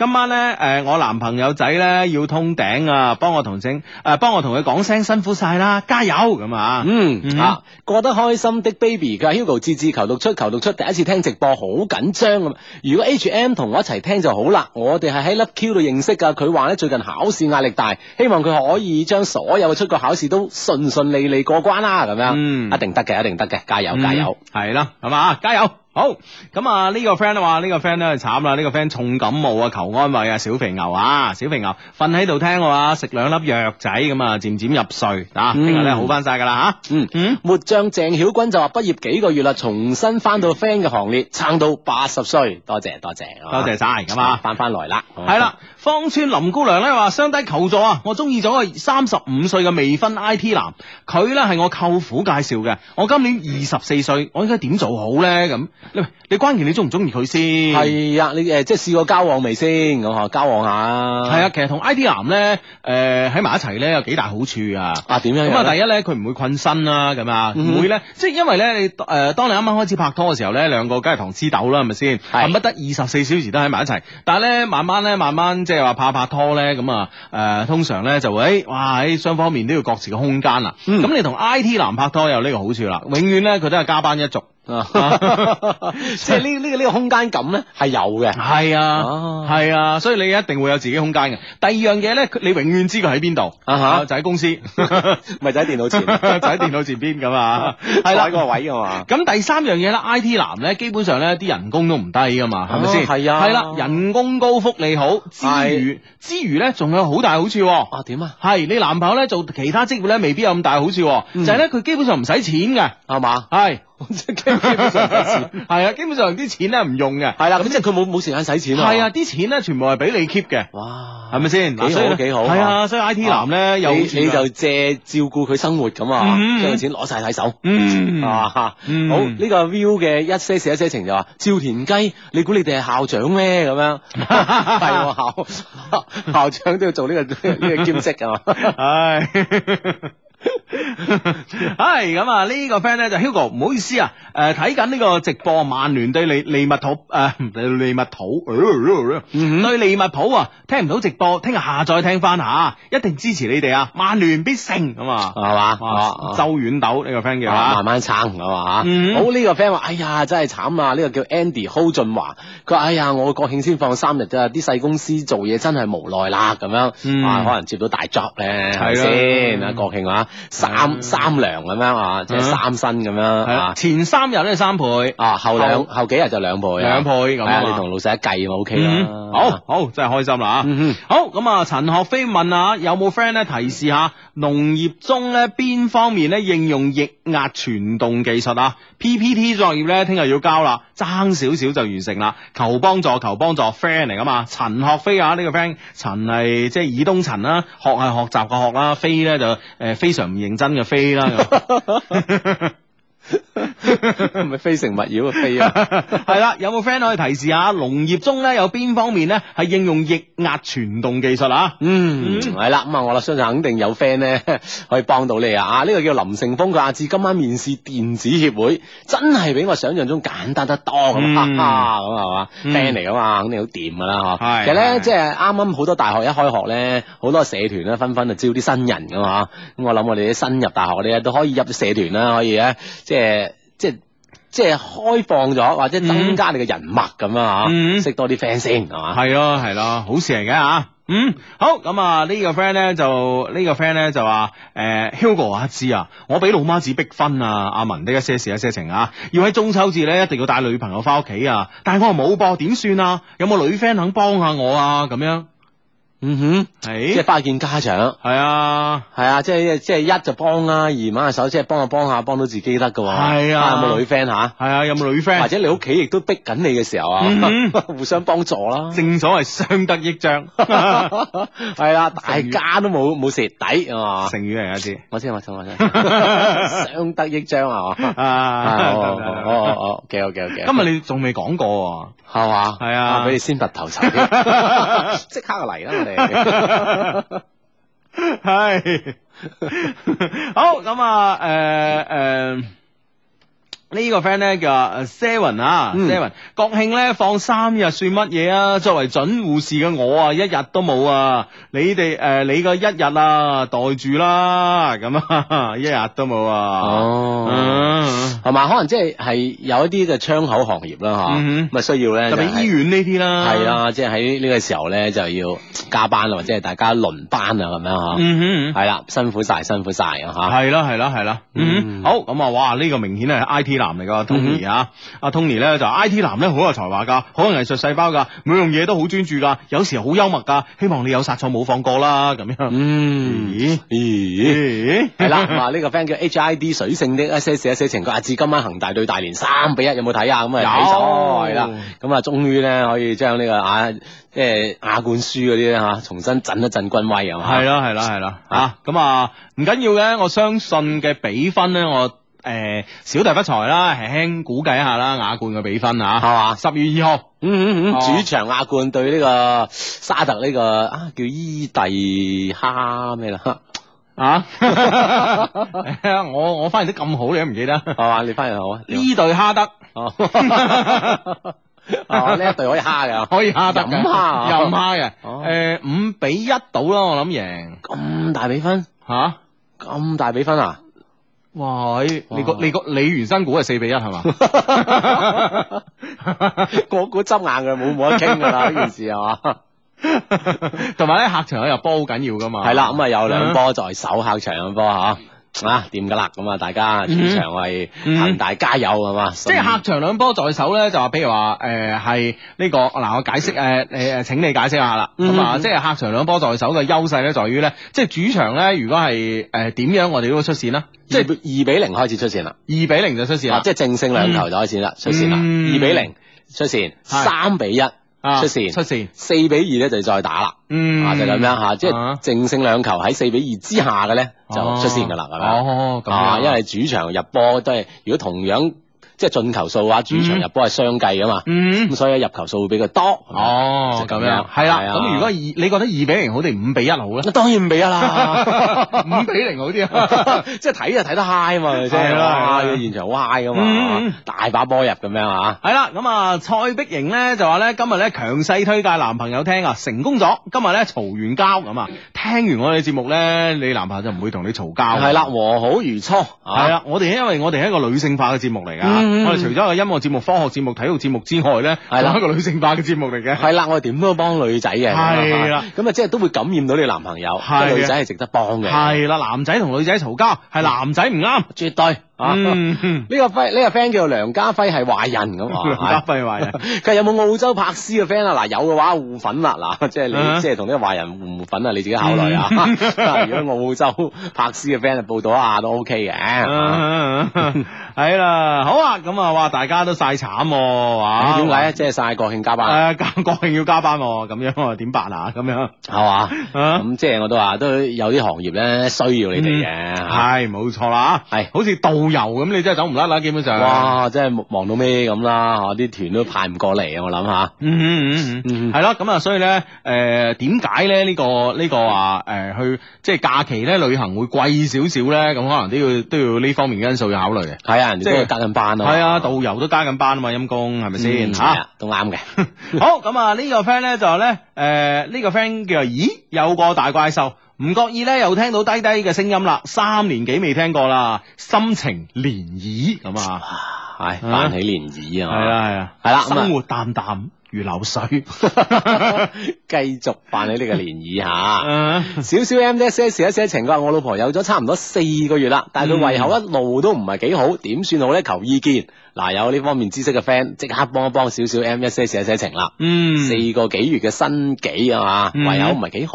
Speaker 1: 今晚咧，誒、我男朋友仔咧要通頂啊，幫我同聲誒、幫我同佢講聲辛苦晒啦，加油咁啊！嗯
Speaker 2: 嗯
Speaker 1: 哼
Speaker 2: 啊，過得開心的 baby，佢話 Hugo 志志求讀出求讀出，第一次聽直播好緊張咁。如果 H M 同我一齊聽就好啦，我哋係喺 Love Q 度認識㗎。佢話咧最近考試壓力大，希望佢可以將所有嘅出國考試都順順利利過關啦，咁樣。
Speaker 1: 嗯
Speaker 2: 一定得嘅，一定得嘅，加油加油！
Speaker 1: 嗯，系啦，系嘛，加油！好咁啊！呢個 friend 話呢個 friend 咧慘啦，呢個 friend 重感冒啊，求安慰啊，小肥牛啊，小肥牛瞓喺度聽我啊，食兩粒藥仔咁啊，漸漸入睡啊，聽日咧
Speaker 2: 嗯
Speaker 1: 好翻晒噶啦吓。
Speaker 2: 嗯
Speaker 1: 嗯，
Speaker 2: 末將鄭曉君就話畢業幾個月啦，重新翻到 friend 嘅行列，撐到八十歲，多謝多謝，
Speaker 1: 多謝晒咁啊！
Speaker 2: 翻翻來啦，
Speaker 1: 系啦，芳村林姑娘咧話相低求助啊！我中意咗個三十五歲嘅未婚 I T 男，佢咧係我舅父介紹嘅。我今年二十四歲，我應該點做好咧？咁你你關鍵你中唔中意佢先？
Speaker 2: 係啊，你誒即係試過交往未先咁啊？交往下
Speaker 1: 系啊，其實同 I T 男咧，诶呃喺埋一齊咧有幾大好處啊。
Speaker 2: 啊點樣
Speaker 1: 咁
Speaker 2: 樣
Speaker 1: 啊，第
Speaker 2: 咧？
Speaker 1: 一咧，佢唔會困身啦，咁啊，
Speaker 2: 嗯
Speaker 1: 唔會咧，即係因為咧，你诶，當你啱啱開始拍拖嘅時候咧，兩個梗係糖黐豆啦，係咪啊先？恨不得二十四小時都喺埋一齊，但係咧，慢慢咧，慢慢即係話拍拍拖咧，咁啊，诶，通常咧就會，誒哇，喺雙方面都要各自嘅空間啦。
Speaker 2: 嗯
Speaker 1: 咁你同 I T 男拍拖有呢個好處啦，永遠咧佢都係加班一 族。
Speaker 2: 啊即係呢呢個呢個空間感咧係有嘅，
Speaker 1: 係啊
Speaker 2: 哦，
Speaker 1: 係啊，所以你一定會有自己空間嘅。第二樣嘢咧，佢你永遠知佢喺邊度，
Speaker 2: 啊哈
Speaker 1: 就喺公 司，就
Speaker 2: 咪就喺電 腦前
Speaker 1: 喺電腦前邊咁啊， 係
Speaker 2: 坐
Speaker 1: 啦
Speaker 2: 喺。個位㗎嘛。
Speaker 1: 咁第三樣嘢咧，I T 男咧，基本上咧啲人工都唔低噶嘛，係咪先？
Speaker 2: 哦係啊
Speaker 1: 係啦，人工高，福利好，之餘之餘咧，仲有好大好處喎。
Speaker 2: 啊點啊？
Speaker 1: 係你男朋友咧做其他職業咧，未必有咁大好處喎，
Speaker 2: 嗯
Speaker 1: 就係咧佢基本上唔使錢嘅，
Speaker 2: 係啊嘛？
Speaker 1: 係
Speaker 2: 即係 基本上唔使 錢。
Speaker 1: 係啊，基本上啲錢咧唔用嘅，
Speaker 2: 係啦，咁即係佢冇冇時間使錢啊。
Speaker 1: 係啊，，啲錢咧全部係俾你 keep 嘅，
Speaker 2: 哇，
Speaker 1: 係咪先？
Speaker 2: 幾好幾好。
Speaker 1: 係啊，所以 I T 男咧有好
Speaker 2: 你
Speaker 1: 處㗎
Speaker 2: 你就借照顧佢生活咁啊
Speaker 1: 嗯，
Speaker 2: 將佢錢攞晒喺手。
Speaker 1: 嗯
Speaker 2: 啊，
Speaker 1: 嗯
Speaker 2: 好呢個 view 嘅一些事一些情就話照田雞，你估你哋係校長咩 咁樣？係喎校 校長都要做呢個呢個兼職啊嘛。
Speaker 1: 唉。唉，咁啊，呢個 friend 咧就 Hugo，唔好意思啊，誒睇緊呢個直播，曼聯對利利物浦誒 利物浦
Speaker 2: 嗯
Speaker 1: 對利物浦啊，聽唔到直播，聽日下載聽翻下，一定支持你哋啊，曼聯必勝咁啊！
Speaker 2: 係嘛？
Speaker 1: 哇，
Speaker 2: 啊
Speaker 1: 周遠斗呢個 friend 叫
Speaker 2: 啊
Speaker 1: 啊
Speaker 2: 慢，慢撐係嘛好
Speaker 1: 嗯
Speaker 2: 呢個 friend 話：哎呀，真係慘啊！呢、個叫 Andy 蒿俊華，佢話：哎呀，我國慶先放三日啫，啲細公司做嘢真係無奈啦咁樣。
Speaker 1: 嗯
Speaker 2: 啊，可能接到大 job 咧，係咪
Speaker 1: 係啦
Speaker 2: 先？啊，
Speaker 1: 嗯
Speaker 2: 國慶啊，啊，三三糧咁樣啊，即係三薪咁樣
Speaker 1: 係啊，
Speaker 2: 啊，
Speaker 1: 前三日咧三倍，
Speaker 2: 啊後兩
Speaker 1: 後
Speaker 2: 後幾日就兩倍啊，
Speaker 1: 兩倍咁
Speaker 2: 係
Speaker 1: 啊
Speaker 2: 啊，
Speaker 1: 嘛
Speaker 2: 你同老細一計咪 OK
Speaker 1: 嗯，
Speaker 2: 啦，
Speaker 1: 好好真係開心啦啊！
Speaker 2: 嗯
Speaker 1: 好咁啊，陳學飛問啊，有冇 friend 咧提示下農業中咧邊方面咧應用液壓傳動技術啊？PPT 作業咧聽日要交啦，爭少少就完成啦，求幫助求幫助，friend 嚟噶嘛？陳學飛啊，呢、個 friend 陳係即係以東陳啦，學係學習嘅學啦，飛咧就誒、非常唔認真嘅飛啦。
Speaker 2: 哼， 咪非誠勿擾啊飛啊！
Speaker 1: 系啦，有冇 friend 可以提示下農業中咧有邊方面咧係應用液壓傳動技術啊？
Speaker 2: 嗯，系啦，咁啊，我啦相信肯定有 friend 咧 可以幫到你啊！啊，呢、個叫林成峰，佢阿志今晚面試電子協會，真係比我想象中簡單得多
Speaker 1: 嗯
Speaker 2: 咁，啊哈哈咁係嘛
Speaker 1: 嗯
Speaker 2: ，friend 嚟噶嘛，肯定好掂噶啦
Speaker 1: 係
Speaker 2: 嗬。其實
Speaker 1: 係
Speaker 2: 咧，即係啱啱好多大學一開學咧，好多社團咧紛紛就招啲新人噶嘛，咁我諗我哋啲新入大學咧都可以入社團啦，可以咧，即係即係。即係開放咗，或者增加你嘅人脈咁啊，
Speaker 1: 嗯
Speaker 2: 嚇識多啲 friend 先係嘛？
Speaker 1: 系咯系咯，好事嚟嘅吓。嗯，好咁啊！呢、個 friend 咧就呢、個 friend 咧就話誒、Hugo 阿芝啊，我俾老媽子逼婚啊！阿文的一些事一些情啊，要喺中秋節咧一定要帶女朋友翻屋企啊！但係我又冇噃，點算啊？有冇女 friend 肯幫下我啊？咁樣
Speaker 2: 嗯哼，即係
Speaker 1: 係
Speaker 2: 翻去見家長。
Speaker 1: 係啊，
Speaker 2: 系啊，即系即系一就幫啦，二掹下手，即係幫下幫下，幫到自己得噶喎。
Speaker 1: 係啊
Speaker 2: 有冇女 friend 吓？
Speaker 1: 係啊，有冇女 friend？
Speaker 2: 或者你屋企亦都逼緊你嘅時候啊
Speaker 1: 嗯，
Speaker 2: 互相幫助啦。
Speaker 1: 正所謂相得益彰，
Speaker 2: 係啦，大
Speaker 1: 成語
Speaker 2: 家都冇冇蝕底啊嘛。
Speaker 1: 成語嚟嘅知
Speaker 2: 我知我知 我知，相得益彰啊嘛。啊哦哦哦哦
Speaker 1: 啊！
Speaker 2: 哦，OK OK OK，
Speaker 1: 今日你仲未講過喎。
Speaker 2: 系嘛？
Speaker 1: 係啊
Speaker 2: 俾你先拔頭籌 啲，即刻就嚟啦我哋。啊
Speaker 1: 系好咁啊，诶、诶。呢個 friend 咧叫啊 Seven 啊
Speaker 2: 嗯
Speaker 1: ，Seven 國慶咧放三日算乜嘢啊？作為準護士嘅我啊，一日都冇啊！你哋誒、呃你個一日啊，袋住啦咁啊， 一日都冇啊！
Speaker 2: 哦。
Speaker 1: 嗯，
Speaker 2: 同埋可能即係係有一啲嘅窗口行業啦吓，
Speaker 1: 嗯哼
Speaker 2: 咁啊需要咧
Speaker 1: 特
Speaker 2: 就
Speaker 1: 別
Speaker 2: 係
Speaker 1: 醫院呢啲啦，
Speaker 2: 係，啊，即係喺呢個時候咧就要加班啦，或者係大家輪班啊咁樣
Speaker 1: 嗯哼。
Speaker 2: 吓，係啦，辛苦晒，辛苦晒啊吓。
Speaker 1: 系啦系啦系啦，嗯，
Speaker 2: 嗯
Speaker 1: 好咁啊，哇，呢、個明顯係 I T 男嚟噶，Tony 啊，阿 Tony 咧就 I T 男咧好有才華噶，好有藝術細胞噶，每樣嘢都好專注噶，有時好幽默噶，希望你有殺錯冇放過啦，咁樣。
Speaker 2: 嗯，
Speaker 1: 咦
Speaker 2: 咦，
Speaker 1: 咦，
Speaker 2: 係啦，咁啊呢個 friend 叫 H I D 水性的一些事一些情，佢阿志今晚恒大對大連三比一，有冇睇啊？咁啊睇咗，係啦。咁啊，終於咧可以將呢個啊，即係亞冠輸嗰啲咧嚇，重新振一振軍威啊！
Speaker 1: 係啦係啦係啦，啊咁啊唔緊要嘅，我相信嘅比分咧，我诶、小弟不才啦，輕輕估計一下啦，亞冠嘅比分
Speaker 2: 係
Speaker 1: 啊，
Speaker 2: 嘛？
Speaker 1: 十月二號，
Speaker 2: 嗯嗯
Speaker 1: 哦
Speaker 2: 嗯，主場亞冠對呢個沙特呢、個啊叫伊蒂哈咩啦，係
Speaker 1: 啊， 我我翻譯得咁好，你都唔記 得。
Speaker 2: 嘛？你翻嚟好啊？
Speaker 1: 呢對哈德，
Speaker 2: 哦， 哦呢一隊可以蝦嘅，
Speaker 1: 可以哈德嘅，
Speaker 2: 飲蝦啊
Speaker 1: 任蝦嘅，
Speaker 2: 哦
Speaker 1: 誒五比一到啦，我諗贏
Speaker 2: 咁大比分，
Speaker 1: 吓。
Speaker 2: 咁大比分啊！
Speaker 1: 哇！你
Speaker 2: 哇
Speaker 1: 你個你個你原生股係四比一 係嘛？
Speaker 2: 我估執硬嘅冇冇得傾㗎 啦，呢件事係嘛？
Speaker 1: 同埋咧客場入波好緊要噶嘛。
Speaker 2: 係啦，咁啊有兩波在手，客場兩波嚇。啊，掂㗎啦，咁啊，大家主場為
Speaker 1: 嗯
Speaker 2: 恒大加油係嘛？
Speaker 1: 即係客場兩波在手咧，就話譬如話誒係呢個嗱，我解釋誒誒誒請你解釋下啦。咁啊，
Speaker 2: 嗯
Speaker 1: 即係客場兩波在手嘅優勢咧，在於咧，即係主場咧，如果係誒點樣，我哋都會出線啦。即
Speaker 2: 即係
Speaker 1: 係
Speaker 2: 二比零開始出線啦。
Speaker 1: 二比零就出線
Speaker 2: 啊
Speaker 1: 啦，。
Speaker 2: 即係正勝兩球就開始啦，出線啦，
Speaker 1: 嗯
Speaker 2: 二比零出線，
Speaker 1: 係
Speaker 2: 三比一
Speaker 1: 啊
Speaker 2: 出線
Speaker 1: 出線，
Speaker 2: 四比二咧就再打啦，
Speaker 1: 嗯
Speaker 2: 啊就哦咁樣吓，即
Speaker 1: 啊
Speaker 2: 係正勝兩球喺四比二之下嘅咧就出線噶啦，咁樣
Speaker 1: 哦，咁
Speaker 2: 啊，
Speaker 1: 樣
Speaker 2: 因為主場入波都係如果同樣即係進球數嘅話，主場入波係相計噶嘛，
Speaker 1: 嗯
Speaker 2: 咁。所以入球數會比較多。
Speaker 1: 哦，
Speaker 2: 就
Speaker 1: 咁
Speaker 2: 咁
Speaker 1: 樣
Speaker 2: 樣
Speaker 1: 係啦。
Speaker 2: 係啊
Speaker 1: 咁如果二，你覺得二比零好定五比一好 咧？
Speaker 2: 咁當然唔俾啊 啦。
Speaker 1: 五比零好啲啊！
Speaker 2: 即係睇就睇得 high 嘛，即
Speaker 1: 係
Speaker 2: 係
Speaker 1: 啦
Speaker 2: 哇！
Speaker 1: 係啦
Speaker 2: 現場好 high 噶
Speaker 1: 嗯
Speaker 2: 嘛，啊大把波入咁樣啊，
Speaker 1: 係啦，咁啊，蔡碧瑩咧就話咧今日咧強勢推介男朋友聽啊，成功咗。今日咧嘈完交咁啊，聽完我哋節目咧，你男朋友就唔會同你嘈交。
Speaker 2: 係啦，和好如初，係啊
Speaker 1: 係啦，我哋因為我哋係一個女性化嘅節目嚟噶，
Speaker 2: 嗯嗯嗯
Speaker 1: 我哋除咗一個音樂節目、科學節目、體育節目之外咧，
Speaker 2: 係
Speaker 1: 仲
Speaker 2: 啦
Speaker 1: 有一個女性化嘅節目嚟嘅。
Speaker 2: 係啦，我哋點都幫女仔嘅，
Speaker 1: 係啦，
Speaker 2: 咁啊，即係都會感染到你男朋友，
Speaker 1: 係啊
Speaker 2: 女仔係值得幫嘅，
Speaker 1: 係啦，男仔同女仔嘈交，係男仔唔啱。
Speaker 2: 絕對啊。呢
Speaker 1: 嗯，
Speaker 2: 個 friend 呢個 friend 叫梁家輝係壞人 咁
Speaker 1: 家
Speaker 2: 啊，
Speaker 1: 輝壞 人，
Speaker 2: 佢有冇澳洲柏斯嘅 friend 啊？嗱，有嘅話互粉啦，嗱，即係
Speaker 1: 嗯
Speaker 2: 你即係同呢個壞人互唔互粉啊？你自己考慮啊。如果澳洲柏斯嘅 friend 報到下都 OK
Speaker 1: 啊
Speaker 2: 嘅。啊
Speaker 1: 係啦，好啊，咁啊，哇，大家都晒慘喎，哇，
Speaker 2: 唉啊點解咧？即係晒國慶加班
Speaker 1: 誒，加國慶要加班喎，咁樣點辦啊？咁樣
Speaker 2: 係嘛？
Speaker 1: 啊？
Speaker 2: 咁即係我都話都有啲行業咧需要你哋嘅啊嚇。
Speaker 1: 係冇錯啦，
Speaker 2: 係
Speaker 1: 好似導遊咁，你真係走唔甩啦，基本上。
Speaker 2: 哇！真係忙到咩咁啦嚇，啲團都派唔過嚟啊！我諗下。
Speaker 1: 嗯嗯嗯嗯，
Speaker 2: 嗯
Speaker 1: 係咯，咁啊，所以咧，誒點解咧呢個呢個話誒去即係假期咧旅行會貴少少咧？咁可能都要都要呢方面嘅因素要考慮嘅。
Speaker 2: 係啊，人哋
Speaker 1: 即
Speaker 2: 都
Speaker 1: 係
Speaker 2: 係隔緊班啊嘛。
Speaker 1: 係啊，導遊都加緊班啊嘛，陰公係咪先
Speaker 2: 嗯
Speaker 1: 嚇？
Speaker 2: 係啊都啱嘅。
Speaker 1: 好咁啊，呢個 friend 咧就話咧，誒呢個 friend 叫做咦有個大怪獸，唔覺意咧又聽到低低嘅聲音啦，三年幾未聽過啦，心情漣漪咁啊，
Speaker 2: 唉，泛起漣
Speaker 1: 係
Speaker 2: 漪啊！嘛，
Speaker 1: 啦係啦，
Speaker 2: 係啦咁啊
Speaker 1: 生活淡淡如流 水，
Speaker 2: 繼續泛起呢個漣漪嚇。
Speaker 1: 嗯
Speaker 2: 少少 M 一些事一些情，佢話我老婆有咗差唔多四個月啦，
Speaker 1: 嗯
Speaker 2: 但係佢胃口一路都唔係幾好，點算好咧？求意見。嗱，有呢方面知識嘅 friend，即刻幫一幫少少 M 一些事一些情啦。
Speaker 1: 嗯
Speaker 2: 四個幾月嘅新幾啊嘛，
Speaker 1: 嗯
Speaker 2: 胃口唔係幾好，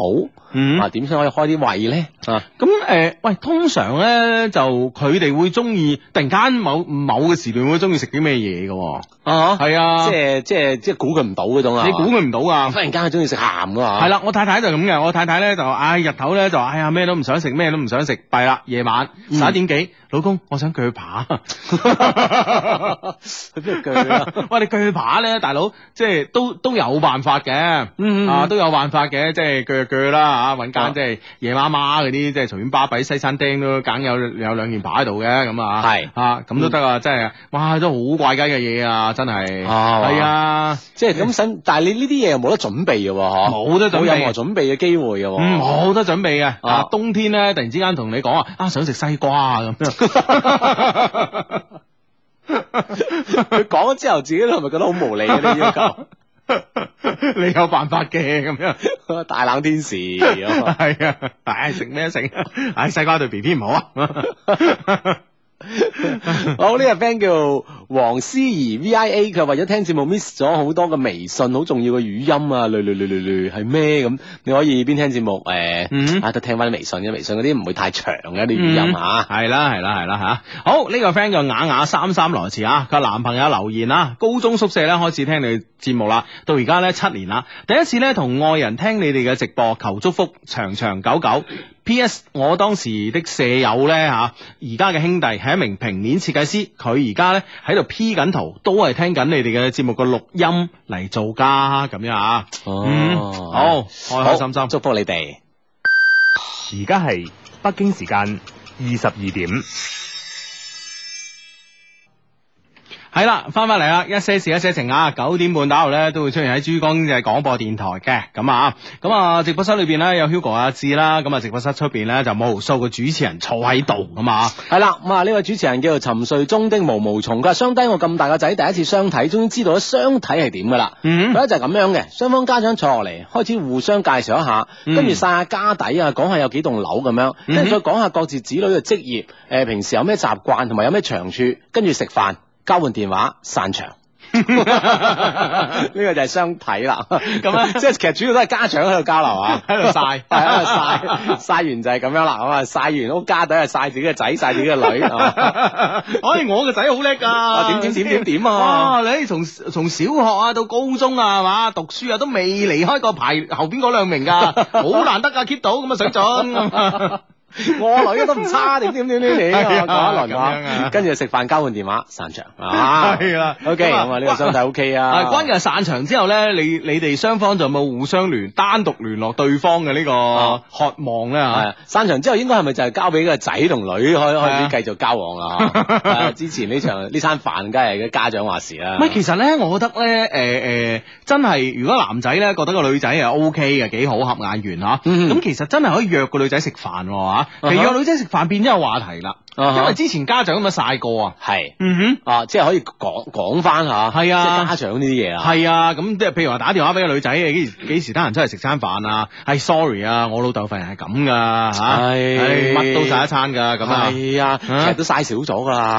Speaker 1: 嗯
Speaker 2: 啊點先可以開啲胃咧？啊，
Speaker 1: 咁誒、呃喂，通常咧就佢哋會中意突然間某某個時段會中意食啲咩嘢嘅喎，
Speaker 2: 啊
Speaker 1: 係啊，
Speaker 2: 即係即係即係估佢唔到嗰種啊！
Speaker 1: 你估佢唔到啊
Speaker 2: 忽。然間佢中意食鹹噶嘛？
Speaker 1: 係啦，我太太就咁嘅，我太太咧就唉日頭咧就哎呀咩都唔想食，咩都唔想食，弊啦夜晚
Speaker 2: 嗯
Speaker 1: 十一點幾，老公我想鋸 扒，
Speaker 2: 去邊度鋸啊？
Speaker 1: 喂你鋸扒咧大佬即係都都有辦法嘅。
Speaker 2: 嗯
Speaker 1: 啊，都有辦法嘅，即係鋸就鋸啦嚇，揾
Speaker 2: 啊
Speaker 1: 間即係夜媽媽嗰啲，即係隨便巴閉西餐廳都梗有有兩件扒喺度嘅咁啊，
Speaker 2: 係嗯
Speaker 1: 啊咁都得啊，真係，哇都好怪雞嘅嘢啊，真係，
Speaker 2: 啊
Speaker 1: 係啊，
Speaker 2: 即係咁使，但係你呢啲嘢又冇得準備嘅喎，嗬？
Speaker 1: 冇得準備
Speaker 2: 冇任何準備嘅機會嘅喎。
Speaker 1: 嗯，好多準備嘅，啊
Speaker 2: 啊，
Speaker 1: 冬天咧突然之間同你講啊，啊想食西瓜啊咁 樣。
Speaker 2: 佢講咗之後，自己都係咪覺得好無理嘅啊呢啲要求？
Speaker 1: 你有辦法嘅咁樣，
Speaker 2: 大冷天時， 咁
Speaker 1: 係啊，唉食咩食？唉西瓜對 B B 唔好啊，
Speaker 2: 好呢個 friend 叫黃思 E 怡 VIA，佢話為咗聽節目 miss 咗好多嘅微信好重要嘅語音啊，累累累累累係咩咁？你可以邊聽節目 誒，
Speaker 1: 嗯
Speaker 2: 啊都聽翻啲微信嘅，微信嗰啲唔會太長嘅啲語音啊嚇。
Speaker 1: 係啦係啦係啦吓。好呢、個 friend 叫雅雅三三來遲啊，佢話男朋友留言啦，高中宿舍咧開始聽你節目啦，到而家咧七年啦，第一次咧同愛人聽你哋嘅直播，求祝福長長久久。P.S. 我當時的舍友咧吓，而家嘅兄弟係一名平面設計師，佢而家咧喺度 P 緊圖，都係聽緊你哋嘅節目個錄音嚟做家咁樣啊。嗯，好，開開心心。
Speaker 2: 哦祝福你哋。
Speaker 4: 而家係北京時間二十二點。
Speaker 1: 系啦，翻返嚟啦，一些事一些情啊，九點半打後咧都會出現喺珠江嘅廣播電台嘅，咁啊，咁啊直播室裏邊咧有 Hugo 阿志啦，咁啊直播室出邊咧就冇無數個主持人坐喺度咁啊，
Speaker 2: 係啦，咁啊呢位主持人叫做沉睡中的毛毛蟲，佢話相低我咁大個仔第一次相睇，終於知道咗相睇係點噶啦。佢
Speaker 1: 嗯
Speaker 2: 咧就係咁樣嘅，雙方家長坐落嚟，開始互相介紹一下，
Speaker 1: 嗯
Speaker 2: 跟住晒下家底啊，講下有幾棟樓咁樣，
Speaker 1: 嗯哼
Speaker 2: 跟住再講下各自子女嘅職業，誒、呃平時有咩習慣同埋有咩長處，跟住食飯，交換電話，散場。呢個就係相睇 啦，咁
Speaker 1: 啊
Speaker 2: 啊，即係其實主要都係家長喺度交流啊，
Speaker 1: 喺度晒
Speaker 2: 係啊， 晒晒完就係咁樣啦，咁啊晒完屋家底啊晒自己嘅仔晒自己嘅女，係嘛
Speaker 1: 哎，我個仔好叻噶，
Speaker 2: 啊點點點點點
Speaker 1: 哇！
Speaker 2: 啊
Speaker 1: 你從從小學啊到高中啊，係嘛讀書啊都未離開過排後邊嗰兩名噶，好難得啊 keep 到咁嘅水準 咁啊。
Speaker 2: 我女都唔差，點點點點點
Speaker 1: 係
Speaker 2: 啊
Speaker 1: 啊
Speaker 2: 講一
Speaker 1: 咁
Speaker 2: 輪
Speaker 1: 樣啊
Speaker 2: 啊，跟住就食飯交換電話散場啊，
Speaker 1: 係啦
Speaker 2: ，OK，
Speaker 1: 咁啊
Speaker 2: 咁啊呢個相睇 OK 啊，
Speaker 1: 啊，關鍵係散場之後咧，你你哋雙方仲有冇互相聯單獨聯絡對方嘅呢個渴望咧
Speaker 2: 啊係
Speaker 1: 嚇？
Speaker 2: 啊散場之後應該係咪就係交俾個仔同女開
Speaker 1: 啊
Speaker 2: 開始繼續交往 啦？嗬係啊之前呢場呢餐飯，梗係個家長話事啦
Speaker 1: 唔。係，其實咧，我覺得咧，誒、誒、真係如果男仔咧覺得個女仔係 O K 嘅，幾好合眼緣嚇，咁、
Speaker 2: 嗯
Speaker 1: 其實真係可以約個女仔食飯喎嚇，其實
Speaker 2: 啊哈
Speaker 1: 約女仔食飯變咗有話題啦，
Speaker 2: 啊哈
Speaker 1: 因為之前家長咁樣晒過啊。
Speaker 2: 係
Speaker 1: 嗯哼。
Speaker 2: 啊，即係可以講講翻下，
Speaker 1: 係啊
Speaker 2: 即係家長呢啲嘢啊，
Speaker 1: 系啊，咁即係譬如話打電話俾個女仔，你幾時幾時得閒出嚟食餐飯啊？係 sorry 啊，我老豆份人係咁噶吓，
Speaker 2: 係
Speaker 1: 唉乜都晒一餐噶咁啊。
Speaker 2: 係啊，其
Speaker 1: 啊
Speaker 2: 實都嘥少咗 㗎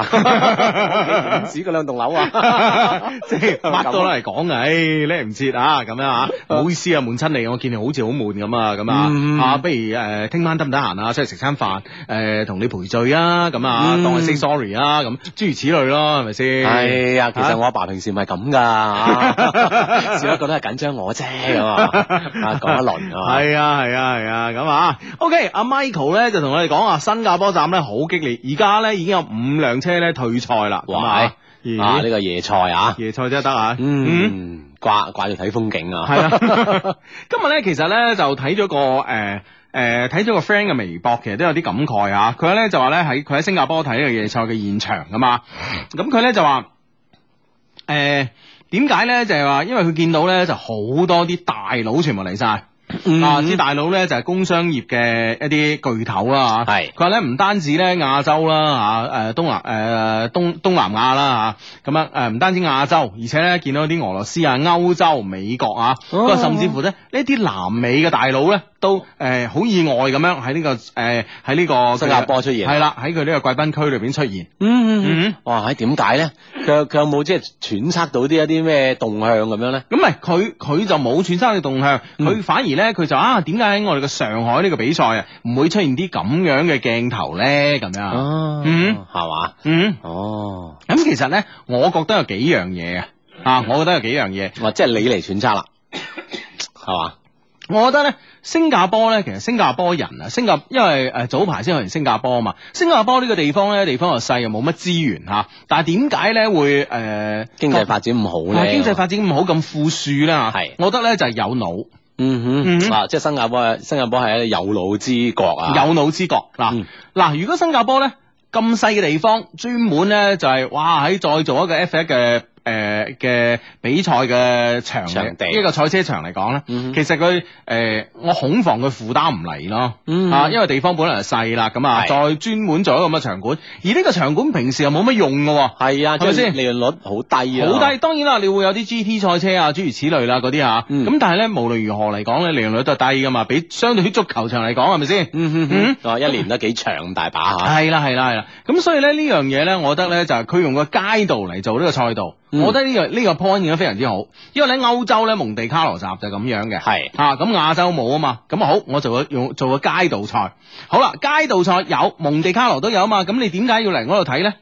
Speaker 2: 啦，唔止嗰兩棟樓啊，
Speaker 1: 即係乜都攞嚟講嘅，唉，叻唔切啊，咁樣啊，唔好意思啊，悶親你，我見你好似好悶咁啊，咁
Speaker 2: 嗯
Speaker 1: 啊，啊，不如誒聽晚得唔得閒啊，出嚟食餐飯，誒同你賠罪啊，咁啊，
Speaker 2: 嗯
Speaker 1: 當係 say sorry 啊，咁諸如此類咯，係咪先？
Speaker 2: 係啊，其實我阿爸平時唔係咁 㗎，只不過都係緊張我啫咁啊，啊講一輪啊，
Speaker 1: 係啊係啊係啊咁啊，OK，阿 Michael 咧就同我哋講啊，新加坡站咧好激烈，而家咧已經有五輛車咧退賽啦，咁啊，咦
Speaker 2: 啊呢個野菜啊，
Speaker 1: 夜賽真係得啊，
Speaker 2: 嗯，掛掛住睇風景啊，
Speaker 1: 係啊， 今日咧其實咧就睇咗個誒誒睇咗個 friend 嘅微博，其實都有啲感慨啊。佢咧就話咧喺佢喺新加坡睇呢個夜賽嘅現場噶嘛，咁佢咧就話誒點解咧就係話因為佢見到咧就好多啲大佬全部嚟晒。
Speaker 2: 嗯
Speaker 1: 啊！啲大佬咧就係工商業嘅一啲巨啊頭啦嚇，
Speaker 2: 係
Speaker 1: 佢話咧唔單止咧亞洲啦啊嚇，誒東南誒、東東南亞啦嚇，咁樣啊誒唔單止亞洲，而且咧見到啲俄羅斯啊、歐洲、美國啊，
Speaker 2: 哦
Speaker 1: 佢話甚至乎咧呢啲南美嘅大佬咧都誒好、意外咁樣喺呢、個誒喺呢個
Speaker 2: 新加坡出現
Speaker 1: 係啦，喺佢呢個貴賓區裏邊出現。
Speaker 2: 嗯
Speaker 1: 嗯
Speaker 2: 嗯，哇！喺點解咧？佢佢有冇即係揣測到啲一啲咩動向咁樣咧？
Speaker 1: 咁咪佢佢就冇串生嘅動向，佢、
Speaker 2: 嗯
Speaker 1: 反而咧佢就啊點解喺我哋嘅上海呢個比賽啊唔會出現啲咁樣嘅鏡頭咧咁樣啊？
Speaker 2: 哦
Speaker 1: 嗯
Speaker 2: 係嘛？
Speaker 1: 嗯，
Speaker 2: 哦，
Speaker 1: 咁其實咧，我覺得有幾樣嘢啊，啊，我覺得有幾樣嘢，
Speaker 2: 哇！即係你嚟揣測啦，係嘛？
Speaker 1: 我覺得咧，新加坡咧，其實新加坡人啊，新加因為誒、呃早排先去完新加坡啊嘛，新加坡呢個地方咧，地方又細又冇乜資源嚇、啊但係點解咧會誒、呃、
Speaker 2: 經濟發展唔好
Speaker 1: 啊
Speaker 2: 咧？
Speaker 1: 經濟發展唔好咁富庶啦？
Speaker 2: 係
Speaker 1: 我覺得咧就係、有腦。
Speaker 2: 嗯
Speaker 1: 嗯
Speaker 2: 哼
Speaker 1: 哼
Speaker 2: 啊！即係新加坡係，新加坡係一個有腦之國啊！
Speaker 1: 有腦之國嗱
Speaker 2: 嗯
Speaker 1: 嗱，如果新加坡咧咁細嘅地方，專門咧就係、哇喺再做一個 F1 嘅誒嘅比賽嘅場
Speaker 2: 場地
Speaker 1: 一個賽車場嚟講咧，
Speaker 2: 嗯哼
Speaker 1: 其實佢誒、呃我恐防佢負擔唔嚟咯。
Speaker 2: 嗯
Speaker 1: 啊，因為地方本來就細啦，咁啊，
Speaker 2: 係
Speaker 1: 再專門做一個咁嘅場館，而呢個場館平時又冇乜用嘅喎，
Speaker 2: 係
Speaker 1: 係
Speaker 2: 啊，即
Speaker 1: 咪
Speaker 2: 係
Speaker 1: 先
Speaker 2: 利潤率好低啊！
Speaker 1: 好低，當然啦，你會有啲 GT 賽車啊，諸如此類啦嗰啲啊嚇，咁、
Speaker 2: 嗯
Speaker 1: 但係咧無論如何嚟講咧，利潤率都係低噶嘛，比相對於足球場嚟講係咪先？
Speaker 2: 嗯哼
Speaker 1: 嗯
Speaker 2: 哼，啊！一年都幾長大把嚇。
Speaker 1: 係啦係啦係啦，咁所以咧呢樣嘢咧，我覺得咧就係佢用個街道嚟做呢個賽道，
Speaker 2: 嗯
Speaker 1: 我覺得呢、個呢、個 point 已經非常之好，因為咧歐洲咧蒙地卡羅集就咁樣嘅，
Speaker 2: 係
Speaker 1: 啊咁亞洲冇啊嘛，咁啊好，我做個用做個街道賽，好啦，街道賽有蒙地卡羅都有啊嘛，咁你點解要嚟我度睇咧？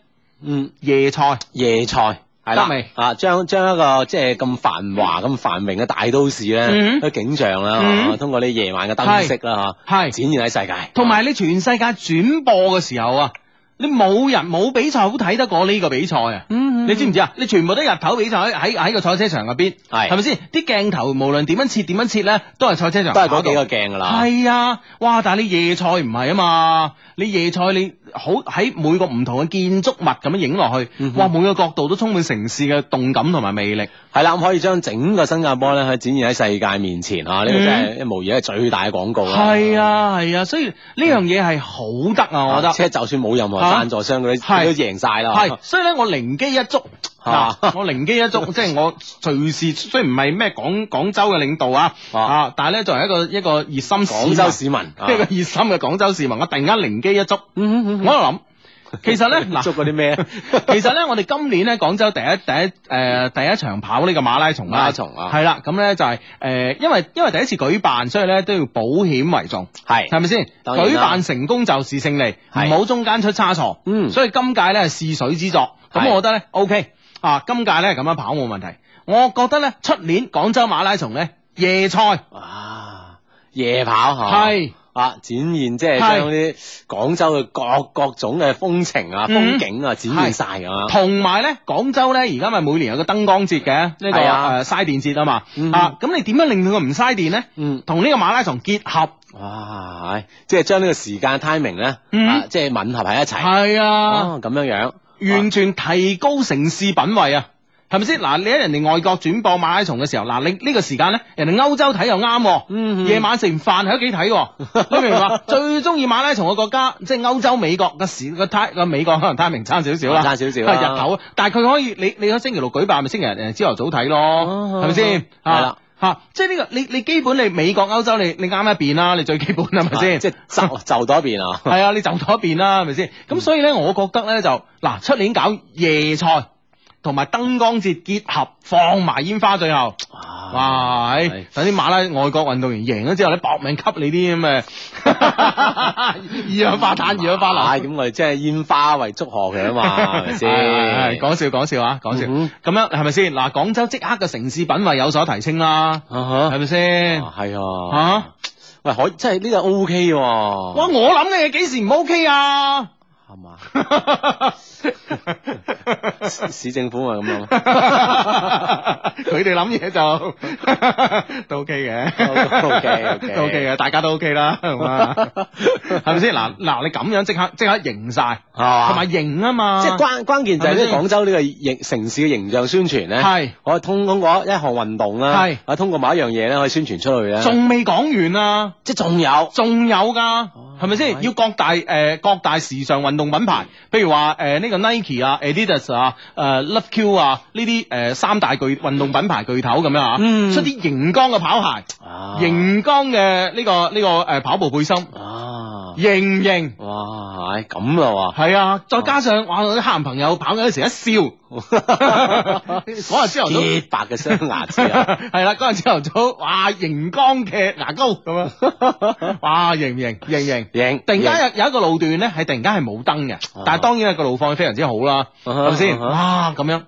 Speaker 2: 嗯。
Speaker 1: 夜賽
Speaker 2: 夜賽。係
Speaker 1: 得未
Speaker 2: 啊，將將一個即係咁繁華、咁繁榮嘅大都市咧，
Speaker 1: 嗯
Speaker 2: 嘅景象啦，啊
Speaker 1: 嗯
Speaker 2: 嚇通過啲夜晚嘅燈飾啦，嚇
Speaker 1: 係，
Speaker 2: 展現喺世界。
Speaker 1: 同埋你全世界轉播嘅時候啊，你冇人冇比賽好睇得過呢個比賽啊！
Speaker 2: 嗯，嗯
Speaker 1: 你知唔知啊？你全部都日頭比賽喺喺喺個賽車場入邊，
Speaker 2: 係
Speaker 1: 係咪先？啲鏡頭無論點樣切點樣切咧，都係賽車場
Speaker 2: 都係嗰幾
Speaker 1: 跑道。
Speaker 2: 個鏡㗎啦。
Speaker 1: 係啊，哇！但係你夜賽唔係啊嘛，你夜賽你好喺每個唔同嘅建築物咁樣影落去，
Speaker 2: 嗯哼
Speaker 1: 哇！每個角度都充滿城市嘅動感同埋魅力。
Speaker 2: 係啦，咁可以將整個新加坡咧，去展現喺世界面前嚇，啊呢個
Speaker 1: 嗯
Speaker 2: 真係無疑係最大嘅廣告啦。
Speaker 1: 係啊，係啊，所以呢樣嘢係好得啊，我覺得。
Speaker 2: 啊，即係就算冇任何
Speaker 1: 啊
Speaker 2: 贊助商嗰啲，
Speaker 1: 係
Speaker 2: 都贏晒啦。
Speaker 1: 係，所以咧我靈機一觸，
Speaker 2: 啊
Speaker 1: 嗱，我靈機一 觸，即係我隨時雖然唔係咩廣廣州嘅領導啊，
Speaker 2: 啊
Speaker 1: 啊，但係咧作為一個一個熱心市民
Speaker 2: 廣州市民，啊
Speaker 1: 一個熱心嘅廣州市民，我突然間靈機一觸， 我喺
Speaker 2: 嗯嗯嗯
Speaker 1: 度諗，其 實咧嗱
Speaker 2: 捉。嗰啲咩
Speaker 1: 其實咧，我哋今年咧廣州第一第一誒、呃第一場跑呢個馬拉松啦，
Speaker 2: 馬拉松啊
Speaker 1: 係啦，咁咧就係、呃因為因為第一次舉辦，所以咧都要保險為 重，
Speaker 2: 係
Speaker 1: 係咪先？
Speaker 2: 當然
Speaker 1: 舉
Speaker 2: 啦
Speaker 1: 辦成功就是勝利，
Speaker 2: 係
Speaker 1: 唔好中間出差錯。
Speaker 2: 嗯
Speaker 1: 所以今屆咧係試水之作，咁
Speaker 2: 係
Speaker 1: 我覺得咧 OK 啊，今屆咧咁樣跑冇問題。我覺得咧出年廣州馬拉松咧夜賽
Speaker 2: 啊夜跑嚇。
Speaker 1: 係
Speaker 2: 啊！展現即
Speaker 1: 係
Speaker 2: 係將啲廣州嘅各各種嘅風情啊、風
Speaker 1: 嗯
Speaker 2: 景啊展現晒咁啊！
Speaker 1: 同埋咧廣州咧而家咪每年有個燈光節嘅呢個
Speaker 2: 係啊
Speaker 1: 誒嘥電節啊嘛
Speaker 2: 嗯
Speaker 1: 啊，咁你點樣令到佢唔嘥電咧？
Speaker 2: 嗯，
Speaker 1: 同呢個馬拉松結合
Speaker 2: 哇！係即係將呢個時間 timing 咧，
Speaker 1: 嗯
Speaker 2: 啊，即係吻合喺一齊。
Speaker 1: 係啊，
Speaker 2: 哦，咁樣樣。
Speaker 1: 完全提高城市品位啊！係咪先？嗱，你喺人哋外國轉播馬拉松嘅時候，嗱，你呢個時間咧，人哋歐洲睇又啱喎，
Speaker 2: 嗯
Speaker 1: 夜晚食完飯喺屋企睇 喎，你明唔明啊？最中意馬拉松嘅國家，即係歐洲、美國嘅時個 time 個美國可能 timing 差少少啦，
Speaker 2: 差少少啦
Speaker 1: 係 日頭，但係佢可以你你喺星期六舉辦，咪星期日誒朝頭早睇咯，
Speaker 2: 哦
Speaker 1: 係咪先？
Speaker 2: 係啦
Speaker 1: 嚇。吓，即係呢、個你你基本你美國歐洲你你啱一邊啦，你最基本係咪先？
Speaker 2: 啊即係就就多一邊啊，
Speaker 1: 係啊，你就多一邊啦，係咪先？
Speaker 2: 嗯
Speaker 1: 咁所以咧，我覺得咧就嗱，出年搞夜賽同埋燈光節結合，放埋煙花最後， 哇！
Speaker 2: 啊係
Speaker 1: 係等啲馬拉外國運動員贏咗之後咧，搏命吸你啲咁嘅 二氧化碳、二氧 化
Speaker 2: 唉
Speaker 1: 硫。
Speaker 2: 啊咁我哋即係煙花為祝賀佢啊 嘛， 係咪先？
Speaker 1: 係係係講笑講笑啊，講笑
Speaker 2: 哎嗯
Speaker 1: 咁樣係咪先？嗱，廣州即刻嘅城市品味有所提升啦，
Speaker 2: 啊
Speaker 1: 係咪先？
Speaker 2: 哈，係啊，
Speaker 1: 嚇！
Speaker 2: 喂，可即係呢個 O K
Speaker 1: 哇！
Speaker 2: 喎，
Speaker 1: 我諗嘅嘢幾時唔 OK 啊？
Speaker 2: 係嘛？市市政府啊咪 咁樣咯。
Speaker 1: 佢哋諗嘢就 都 OK 嘅
Speaker 2: 都 OK，OK
Speaker 1: 都 OK 嘅，大家都 OK 啦，咁啊係咪先？嗱嗱，你咁樣即刻即刻型晒，
Speaker 2: 係嘛
Speaker 1: 同埋型啊嘛，
Speaker 2: 即係關關鍵就係呢廣州呢個形城市嘅形象宣傳咧，
Speaker 1: 係
Speaker 2: 可以通通過一項運動啦，
Speaker 1: 係
Speaker 2: 啊通過某一樣嘢咧可以宣傳出去咧，
Speaker 1: 仲未講完啊！
Speaker 2: 即係仲有
Speaker 1: 仲有㗎，
Speaker 2: 哦
Speaker 1: 係咪先？要各大誒、呃各大時尚運動品牌，譬如話誒呢個 Nike 啊、Adidas 啊、誒、Love Q 啊呢啲誒三大巨運動品牌巨頭咁樣啊，
Speaker 2: 嗯
Speaker 1: 出啲熒光嘅跑鞋、
Speaker 2: 啊
Speaker 1: 熒光嘅呢、個呢、個誒、呃跑步背心，
Speaker 2: 啊，
Speaker 1: 型唔型？
Speaker 2: 哇，係咁啦
Speaker 1: 係啊，再加上哇，啲黑人朋友跑緊嗰時一笑， 嗰日朝
Speaker 2: 喎，
Speaker 1: 頭早。
Speaker 2: 潔白嘅雙牙 齒啊，
Speaker 1: 係啦，嗰日朝頭早，哇，熒光嘅牙膏咁 樣，哇，型唔型？型唔型？
Speaker 2: 贏
Speaker 1: 突然
Speaker 2: 贏
Speaker 1: 間有有一個路段咧，係突然間係冇燈嘅，但係當然係個路況係非常之好啦，係咪先？
Speaker 2: 啊
Speaker 1: 哇，咁樣，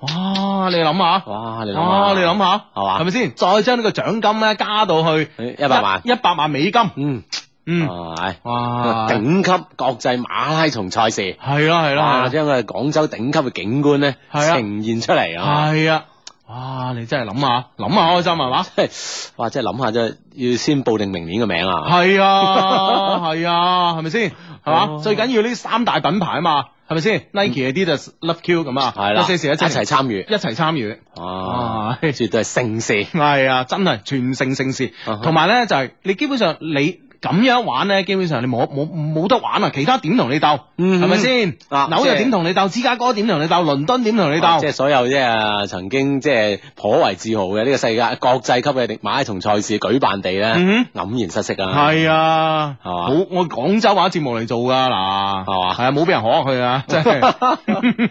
Speaker 1: 哇，你諗下，
Speaker 2: 哇，你諗
Speaker 1: 哇，你諗下，
Speaker 2: 係嘛
Speaker 1: 係咪先？再將呢個獎金咧加到去
Speaker 2: 下，一百萬，
Speaker 1: 一百萬美金，
Speaker 2: 嗯，
Speaker 1: 嗯，啊
Speaker 2: 係
Speaker 1: 哇，
Speaker 2: 頂級國際馬拉松賽事，
Speaker 1: 係啦係
Speaker 2: 哇，
Speaker 1: 啦，
Speaker 2: 將我哋廣州頂級嘅景觀咧
Speaker 1: 係啊
Speaker 2: 呈現出嚟啊！
Speaker 1: 係啊，哇，你真係諗下，諗下開心係嘛？
Speaker 2: 即係哇！即係諗下啫，要先報定明年嘅名啊！
Speaker 1: 係啊， 係啊，係咪先？係嘛？
Speaker 2: 哦嗯
Speaker 1: 最緊要呢三大品牌啊嘛，係咪先？Nike、Adidas、Love Q 咁啊，
Speaker 2: 係啦，
Speaker 1: 一些事
Speaker 2: 一
Speaker 1: 一些情
Speaker 2: 齊參與，
Speaker 1: 一齊參與。
Speaker 2: 哇！
Speaker 1: 唉
Speaker 2: 絕對係盛事，
Speaker 1: 系啊，真係全城盛事
Speaker 2: 啊哈，
Speaker 1: 同埋咧就係你基本上你咁樣玩咧，基本上你冇冇冇得玩啊！其他點同你鬥，
Speaker 2: 嗯
Speaker 1: 係咪先？
Speaker 2: 啊
Speaker 1: 紐
Speaker 2: 即係
Speaker 1: 約點同你鬥，芝加哥點同你鬥，倫敦點同你
Speaker 2: 啊即係
Speaker 1: 鬥，
Speaker 2: 所有即係曾經即係頗為自豪嘅呢個世界國際級嘅馬拉松賽事舉辦地咧，
Speaker 1: 嗯
Speaker 2: 黯然失色啊！
Speaker 1: 係啊，
Speaker 2: 係嘛
Speaker 1: 好，我廣州話節目嚟做噶嗱，
Speaker 2: 係嘛
Speaker 1: 係啊，冇俾人可去 啊，真係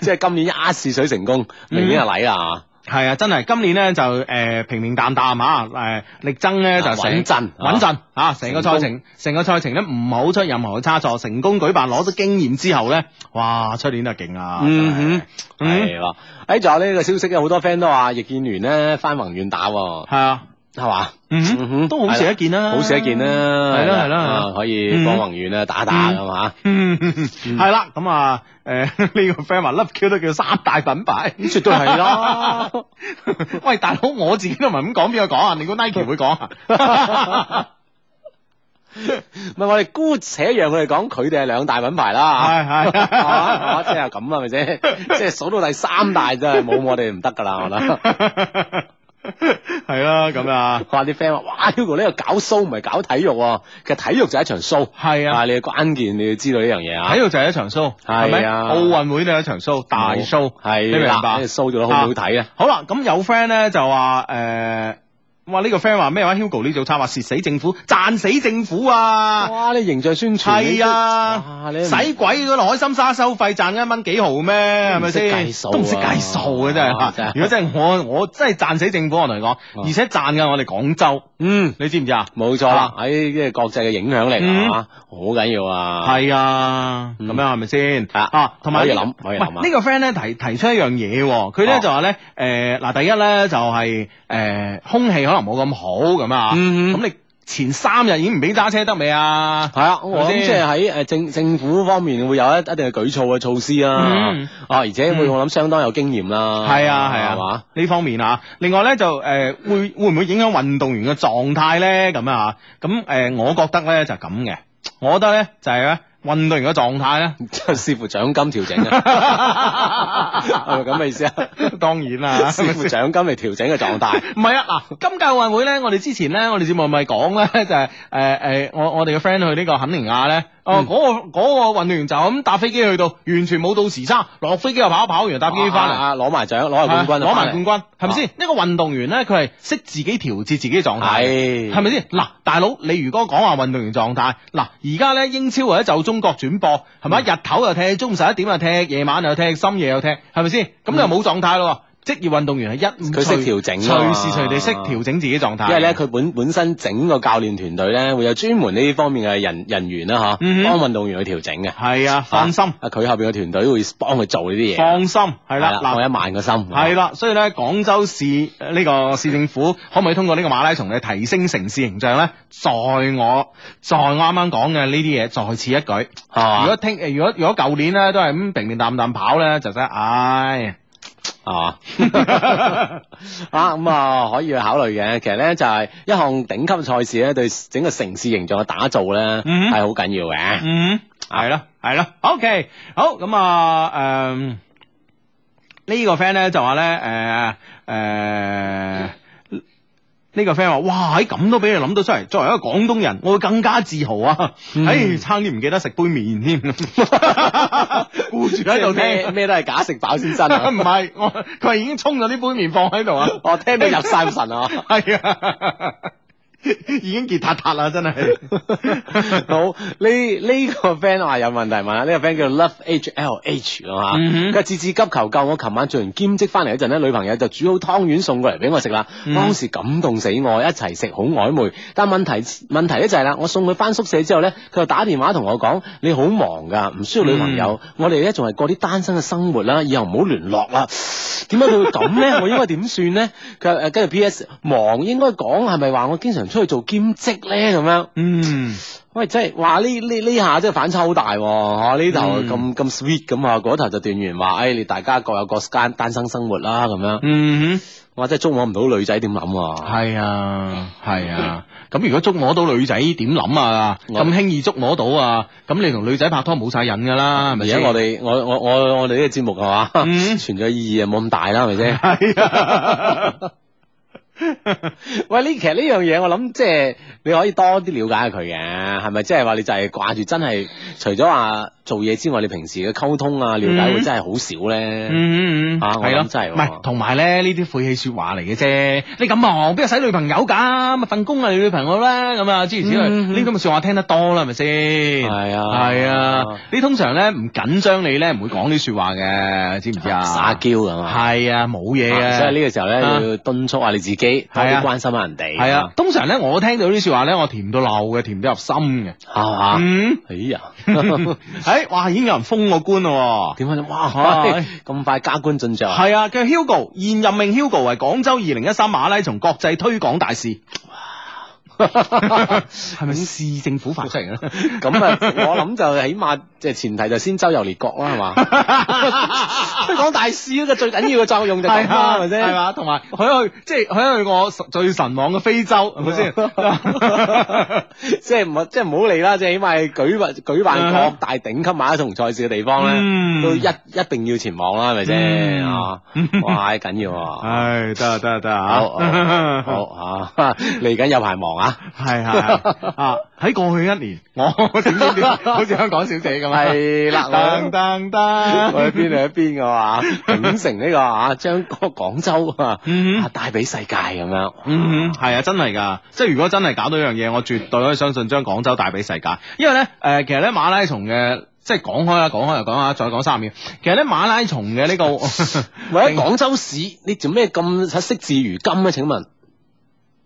Speaker 2: 即係今年一試水成功，明年就嚟啦
Speaker 1: 係啊，真係今年咧就誒平平淡淡嚇，誒力爭咧就
Speaker 2: 啊
Speaker 1: 成
Speaker 2: 穩陣
Speaker 1: 穩陣啊！成個賽程，成個賽程咧唔好出任何嘅差錯，成功舉辦攞咗經驗之後咧，哇！出年就勁啦，
Speaker 2: 嗯
Speaker 1: 啊真
Speaker 2: 哼，
Speaker 1: 係，
Speaker 2: 係啦。誒，哎仲有呢個消息有好多 friend 都話易建聯咧翻宏遠打喎，
Speaker 1: 係啊，
Speaker 2: 係嘛？
Speaker 1: 嗯
Speaker 2: 嗯哼
Speaker 1: 哼，都好事一件啦，
Speaker 2: 好事一件啦，
Speaker 1: 係啦係啦
Speaker 2: 啊
Speaker 1: 係啦
Speaker 2: 可以幫宏遠咧打打咁啊嚇。
Speaker 1: 嗯，係啦，咁啊，誒呢個 friend 話 Love Q 都叫三大品牌，
Speaker 2: 咁絕對係啦。
Speaker 1: 喂，大佬我自己都唔係咁講，邊個講啊？你估 Nike 會講 啊？
Speaker 2: 唔係我哋姑且讓佢哋講，佢哋係兩大品牌啦。
Speaker 1: 係係。
Speaker 2: 係嘛 係嘛即 係咁啊啦，係咪先？即係數到第三大真係冇我哋唔得㗎啦，我覺得。
Speaker 1: 係啦，咁啊，
Speaker 2: 哇！啲 friend 話：哇，Hugo 呢個搞 show 唔係搞體育喎，其實體育就係一場 show。
Speaker 1: 係啊
Speaker 2: 啊，。你嘅關鍵你要知道呢樣嘢啊。
Speaker 1: 喺度就係一場 show，係咪？
Speaker 2: 係啊
Speaker 1: 奧運會都有一場 show，大 show，你
Speaker 2: 係
Speaker 1: 明
Speaker 2: 啦，
Speaker 1: 白
Speaker 2: 呢個 show 做得好唔好睇啊？
Speaker 1: 好啦，咁有 friend 咧就話誒。哇！呢、個 friend 話咩話？Hugo 呢組策劃蝕死政府，賺死政府啊！
Speaker 2: 哇！你形象宣傳
Speaker 1: 係
Speaker 2: 哇
Speaker 1: 啊，
Speaker 2: 你唔
Speaker 1: 使鬼嗰度海心沙收費賺一蚊幾毫咩？係咪
Speaker 2: 都唔識
Speaker 1: 先
Speaker 2: 計數？啊
Speaker 1: 都唔識計數嘅真
Speaker 2: 啊
Speaker 1: 係
Speaker 2: 真係。
Speaker 1: 如果真係我，我真係賺死政府，我同你講，而且賺嘅我哋廣州，
Speaker 2: 嗯，
Speaker 1: 你知唔知啊？
Speaker 2: 冇錯啦，喺即係國際嘅影響力
Speaker 1: 嗯
Speaker 2: 啊，好緊要啊。
Speaker 1: 係啊，
Speaker 2: 嗯
Speaker 1: 咁樣係咪先？
Speaker 2: 啊
Speaker 1: 啊，同埋
Speaker 2: 可以
Speaker 1: 呢個
Speaker 2: 諗可以
Speaker 1: 喂
Speaker 2: 諗啊
Speaker 1: 呢個 friend 咧提提出一樣嘢喎，佢
Speaker 2: 哦
Speaker 1: 咧就話咧，誒嗱，第一咧就係誒空氣可能冇咁好咁啊，
Speaker 2: 嗯
Speaker 1: 咁你前三日已經唔俾揸車得未啊？
Speaker 2: 係啊，我
Speaker 1: 係咪
Speaker 2: 諗
Speaker 1: 先
Speaker 2: 即係喺誒政政府方面會有一一定嘅舉措嘅措施啦
Speaker 1: 嗯，
Speaker 2: 啊，而且
Speaker 1: 嗯
Speaker 2: 會我諗相當有經驗啦，
Speaker 1: 係啊係啊，
Speaker 2: 係嘛，
Speaker 1: 呢方面啊，另外咧就誒、呃、會會唔會影響運動員嘅狀態咧？咁啊，咁誒、呃我覺得咧就係咁嘅，我覺得咧就係咧運動員嘅狀態咧？
Speaker 2: 就視乎獎金調整啊，係咪咁嘅意思啊？
Speaker 1: 當然啦，
Speaker 2: 視乎獎金嚟調整嘅狀態。
Speaker 1: 唔係 啊，嗱，今屆奧運會咧，我哋之前咧，我哋節目咪講咧， 就係誒誒，我我哋嘅 friend 去呢個肯尼亞咧，
Speaker 2: 嗯
Speaker 1: 哦，嗰、個嗰、個運動員就咁搭飛機去到，完全冇到時差，落飛機又跑，跑完搭飛機翻嚟。
Speaker 2: 啊，攞埋獎，攞埋冠軍，啊
Speaker 1: 攞埋冠軍，係咪先？一個運動員咧，佢係識自己調節自己狀態，
Speaker 2: 係
Speaker 1: 係咪先？嗱，大佬，你如果講話運動員狀態，嗱，而家咧英超或者就中國轉播，係
Speaker 2: 嗯
Speaker 1: 咪？日頭又踢，中午十一點又踢，夜晚又踢，深夜又踢，係咪先？咁就冇狀態咯。職業運動員係一五
Speaker 2: 佢識調整啊嘛
Speaker 1: 隨時隨地識調整自己狀態。
Speaker 2: 因為咧，佢本本身整個教練團隊咧，會有專門呢方面嘅人人員啦，
Speaker 1: 嗯
Speaker 2: 嚇，
Speaker 1: 哼
Speaker 2: 幫運動員去調整嘅。
Speaker 1: 係啊，放心，
Speaker 2: 啊，佢後邊嘅團隊會幫佢做呢啲嘢。
Speaker 1: 放心，係啦，嗱
Speaker 2: 放。一萬個心。
Speaker 1: 系啦，所以咧，廣州市呃呢、個市政府可唔可以通過呢個馬拉松嚟提升城市形象咧？在我在我啱啱講嘅呢啲嘢再此一舉。
Speaker 2: 係嘛
Speaker 1: 如果聽呃如果如果舊年咧都係咁平平淡淡跑咧，就真係 唉，
Speaker 2: 係嘛？啊咁啊，可以去考慮嘅。其實咧就係一項頂級嘅賽事咧，對整個城市形象嘅打造咧
Speaker 1: 嗯
Speaker 2: 係好緊要嘅。
Speaker 1: 嗯，係咯係咯，OK，好咁啊，誒、呢、個 friend 咧就話咧誒誒。呃呢個 friend 話：，哇，喺哎咁都俾你諗到出嚟，作為一個廣東人，我會更加自豪啊！唉，差啲唔記得食杯麵 添，顧住喺度
Speaker 2: 咩
Speaker 1: 聽。
Speaker 2: 咩都係假食飽先真啊
Speaker 1: 唔！係，我佢係已經沖咗啲杯麵放喺度啊！
Speaker 2: 我聽到入晒神啊！
Speaker 1: 係啊，已經結塔塔啦，真係。
Speaker 2: 好，呢呢個 friend 話有問題問啊，呢個 friend 叫 Love H L H 啊嘛，
Speaker 1: 嗯哼
Speaker 2: 佢話字字急求救，我琴晚做完兼職翻嚟嗰陣咧，女朋友就煮好湯圓送過嚟俾我食啦，
Speaker 1: 嗯
Speaker 2: 當時感動死我，一齊食好曖昧。但問題問題咧就係啦，我送佢翻宿舍之後咧，佢又打電話同我講：你好忙㗎，唔需要女朋友，
Speaker 1: 嗯
Speaker 2: 我哋咧仲係過啲單身嘅生活啦，以後唔好聯絡啦。 點解佢會咁咧？我應該點算咧？佢話誒呃跟住 P.S. 忙應該講係咪話我經常出去做兼職咧咁樣？
Speaker 1: 嗯，
Speaker 2: 喂，真係哇！呢呢呢下真係反差好大喎、嚇呢頭
Speaker 1: 嗯
Speaker 2: 咁咁 sweet 咁啊，嗰頭就斷言話，哎誒你大家各有各間單身生活啦咁樣，
Speaker 1: 嗯
Speaker 2: 哇！真係捉摸唔到女仔點諗
Speaker 1: 哼，
Speaker 2: 喎，
Speaker 1: 係啊，係啊。咁如果捉摸到女仔點諗啊？
Speaker 2: 我
Speaker 1: 咁輕易捉摸到啊？咁你同女仔拍拖冇晒癮㗎啦，係咪
Speaker 2: 而家
Speaker 1: 先？
Speaker 2: 我哋我我我我哋呢個節目係嘛，
Speaker 1: 嗯
Speaker 2: 存在意義啊冇咁大啦，係咪 先？
Speaker 1: 係啊。
Speaker 2: 喂，呢其實呢樣嘢我諗即係你可以多啲了解下佢嘅，係咪？即係話你就係掛住真係除咗話做嘢之外，你平時嘅溝通啊、了解會真係好少咧。
Speaker 1: 嗯嗯嗯嗯，
Speaker 2: 啊我
Speaker 1: 係咯
Speaker 2: 諗真係喎
Speaker 1: 唔係同埋咧呢啲晦氣說話嚟嘅啫。你咁忙，邊有使女朋友㗎？咪份工啊，你女朋友啦，咁啊，諸如此類，
Speaker 2: 嗯嗯嗯
Speaker 1: 呢啲咁嘅说話聽得多啦，係咪先？
Speaker 2: 係啊
Speaker 1: 係啊，你通常咧唔緊張你咧唔會講呢說話嘅，知唔知啊？
Speaker 2: 撒嬌咁啊！
Speaker 1: 係啊，冇嘢
Speaker 2: 啊
Speaker 1: 啊。
Speaker 2: 所以呢個時候咧，
Speaker 1: 啊
Speaker 2: 要敦促下你自己，多
Speaker 1: 係啊
Speaker 2: 啲關心下人哋。
Speaker 1: 係啊，，通常咧我聽到呢說話咧，我甜到漏嘅，甜到入心嘅。
Speaker 2: 係嘛？
Speaker 1: 嗯，
Speaker 2: 哎呀，
Speaker 1: 哎，哇，已經有人封我官咯喎。
Speaker 2: 點解咧？ 哇
Speaker 1: 啊，
Speaker 2: 咁快加官進爵啊！
Speaker 1: 係啊，佢 Hugo 現任命 Hugo 為廣州二零一三馬拉松國際推廣大使。係咪市政府發出嚟 嘅？
Speaker 2: 咁啊， 我諗就起碼即係前提就先周遊列國 啦，係嘛？推廣大使嗰個最緊要嘅作用就咁啦，係咪
Speaker 1: 係
Speaker 2: 先？
Speaker 1: 啊嘛？同埋佢去即係佢去我最神往嘅非洲，係咪先？啊
Speaker 2: 即係唔好即係唔好理啦，即係起碼係舉辦舉辦各大頂級馬拉松賽事嘅地方
Speaker 1: 嗯
Speaker 2: 咧，都一一定要前往啦，係咪先？
Speaker 1: 嗯
Speaker 2: 啊，哇，緊要啊！
Speaker 1: 唉，得啊得啊得
Speaker 2: 好
Speaker 1: 啊！
Speaker 2: 好啊， 嚟緊有排忙啊！
Speaker 1: 係係係啊！喺過去一年，我哦點點點，好似香港小姐咁啊！
Speaker 2: 係 啦
Speaker 1: 噔噔噔，
Speaker 2: 我喺邊嚟喺邊 嘅話，秉承呢個啊，將個廣州啊
Speaker 1: 嗯
Speaker 2: 啊帶俾世界咁樣。
Speaker 1: 嗯，係啊，真係㗎，即係如果真係搞到一樣嘢，我絕對可以相信將廣州帶俾世界。因為咧，誒、其實咧馬拉松嘅，即係講開啦，講開又講下，再講三秒。其實咧馬拉松嘅呢、個，
Speaker 2: 喂，喺廣州市，你做咩咁惜字如金啊？請問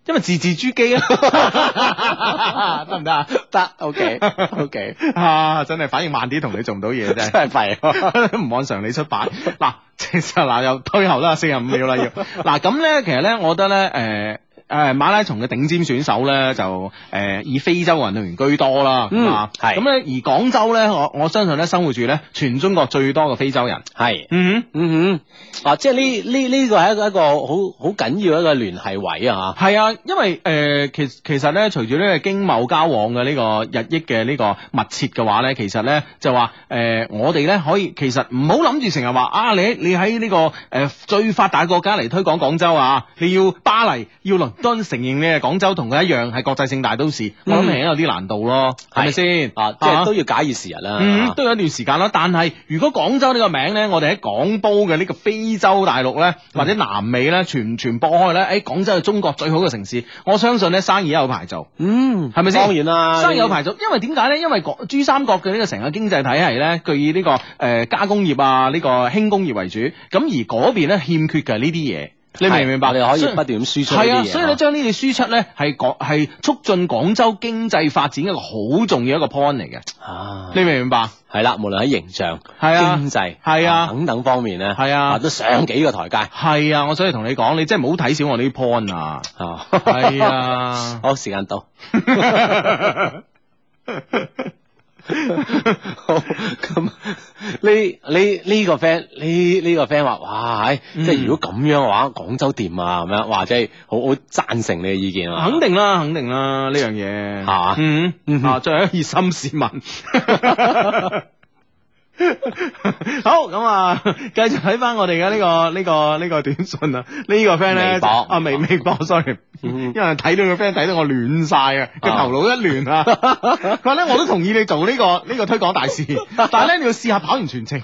Speaker 1: 因為字字珠璣 啊，得唔得啊？
Speaker 2: 得 OK OK，
Speaker 1: 啊，真係反應慢啲，同你做唔到嘢真
Speaker 2: 真
Speaker 1: 係。
Speaker 2: 係廢啊 喎。
Speaker 1: 唔按常理出牌。 嗱，其實嗱又推後啦，四十五秒啦要。嗱咁咧，其實咧，我覺得咧，誒、誒、誒馬拉松嘅頂尖選手咧，就誒以非洲運動員居多啦，咁
Speaker 2: 嗯
Speaker 1: 啊
Speaker 2: 係
Speaker 1: 咁咧而廣州咧，我我相信咧生活住咧全中國最多嘅非洲人，
Speaker 2: 係。
Speaker 1: 嗯
Speaker 2: 嗯哼，啊，即係呢呢呢個係一個一個好好緊要一個聯繫位啊
Speaker 1: 係啊，因為誒、呃其其實咧，隨住呢個經貿交往嘅呢個日益嘅呢個密切嘅話咧，其實咧就話誒、呃我哋咧可以其實唔好諗住成日話啊，你你喺呢、個誒、呃最發達國家嚟推廣廣州啊，你要巴黎要倫敦承認你係廣州同佢一樣係國際性大都市，我諗
Speaker 2: 嗯
Speaker 1: 係有啲難度咯，係咪先？
Speaker 2: 嚇，啊，即係都要假以時日啦。
Speaker 1: 嗯，
Speaker 2: 啊
Speaker 1: 都有一段時間啦。但係如果廣州呢個名咧，我哋喺廣煲嘅呢個非洲大陸咧，
Speaker 2: 嗯
Speaker 1: 或者南美咧傳傳播開咧，誒、廣州係中國最好嘅城市，我相信咧生意有排做，
Speaker 2: 嗯，
Speaker 1: 係咪先
Speaker 2: 當然啦，
Speaker 1: 生意有排做。因為點解咧？因為廣珠三角嘅呢個成個經濟體系咧，據以呢、個誒、呃加工業啊、呢、個輕工業為主，咁而嗰邊咧欠缺嘅呢啲嘢，你明唔明白？
Speaker 2: 你可以
Speaker 1: 啊所
Speaker 2: 不斷咁輸出呢
Speaker 1: 係啊，
Speaker 2: 啲嘢。
Speaker 1: 所以咧將呢啲輸出咧係廣係促進廣州經濟發展一個好重要一個 point 嚟嘅，
Speaker 2: 啊，
Speaker 1: 你明唔明白？
Speaker 2: 係啦，無論喺形象、
Speaker 1: 係啊
Speaker 2: 經濟
Speaker 1: 係啊
Speaker 2: 等等方面咧，
Speaker 1: 係啊
Speaker 2: 都上幾個 台階
Speaker 1: 係啊，我所以同你講，你真係唔好睇小我呢啲 point 啊！
Speaker 2: 啊。
Speaker 1: 係， 啊，
Speaker 2: 好時間到。 好咁呢呢呢個 friend 呢呢個 friend 話，哇，唉即
Speaker 1: 嗯
Speaker 2: 係如果咁樣嘅話，廣州掂啊咁樣，哇，即係好好贊成你嘅意見啊，
Speaker 1: 肯定啦，肯定啦，呢樣嘢
Speaker 2: 係嘛
Speaker 1: 嗯
Speaker 2: 嗯哼
Speaker 1: 啊，作為一個熱心市民。 好咁啊，繼續睇翻我哋嘅呢個呢、個呢、個短信啊，呢、個 friend 咧
Speaker 2: 微博
Speaker 1: 啊微微博，sorry，因
Speaker 2: 嗯
Speaker 1: 為睇到個 friend 睇到我亂晒啊，個
Speaker 2: 啊
Speaker 1: 頭腦一亂啊，佢話咧我都同意你做呢、個呢、個推廣大 使，但係咧你要試下跑完全程，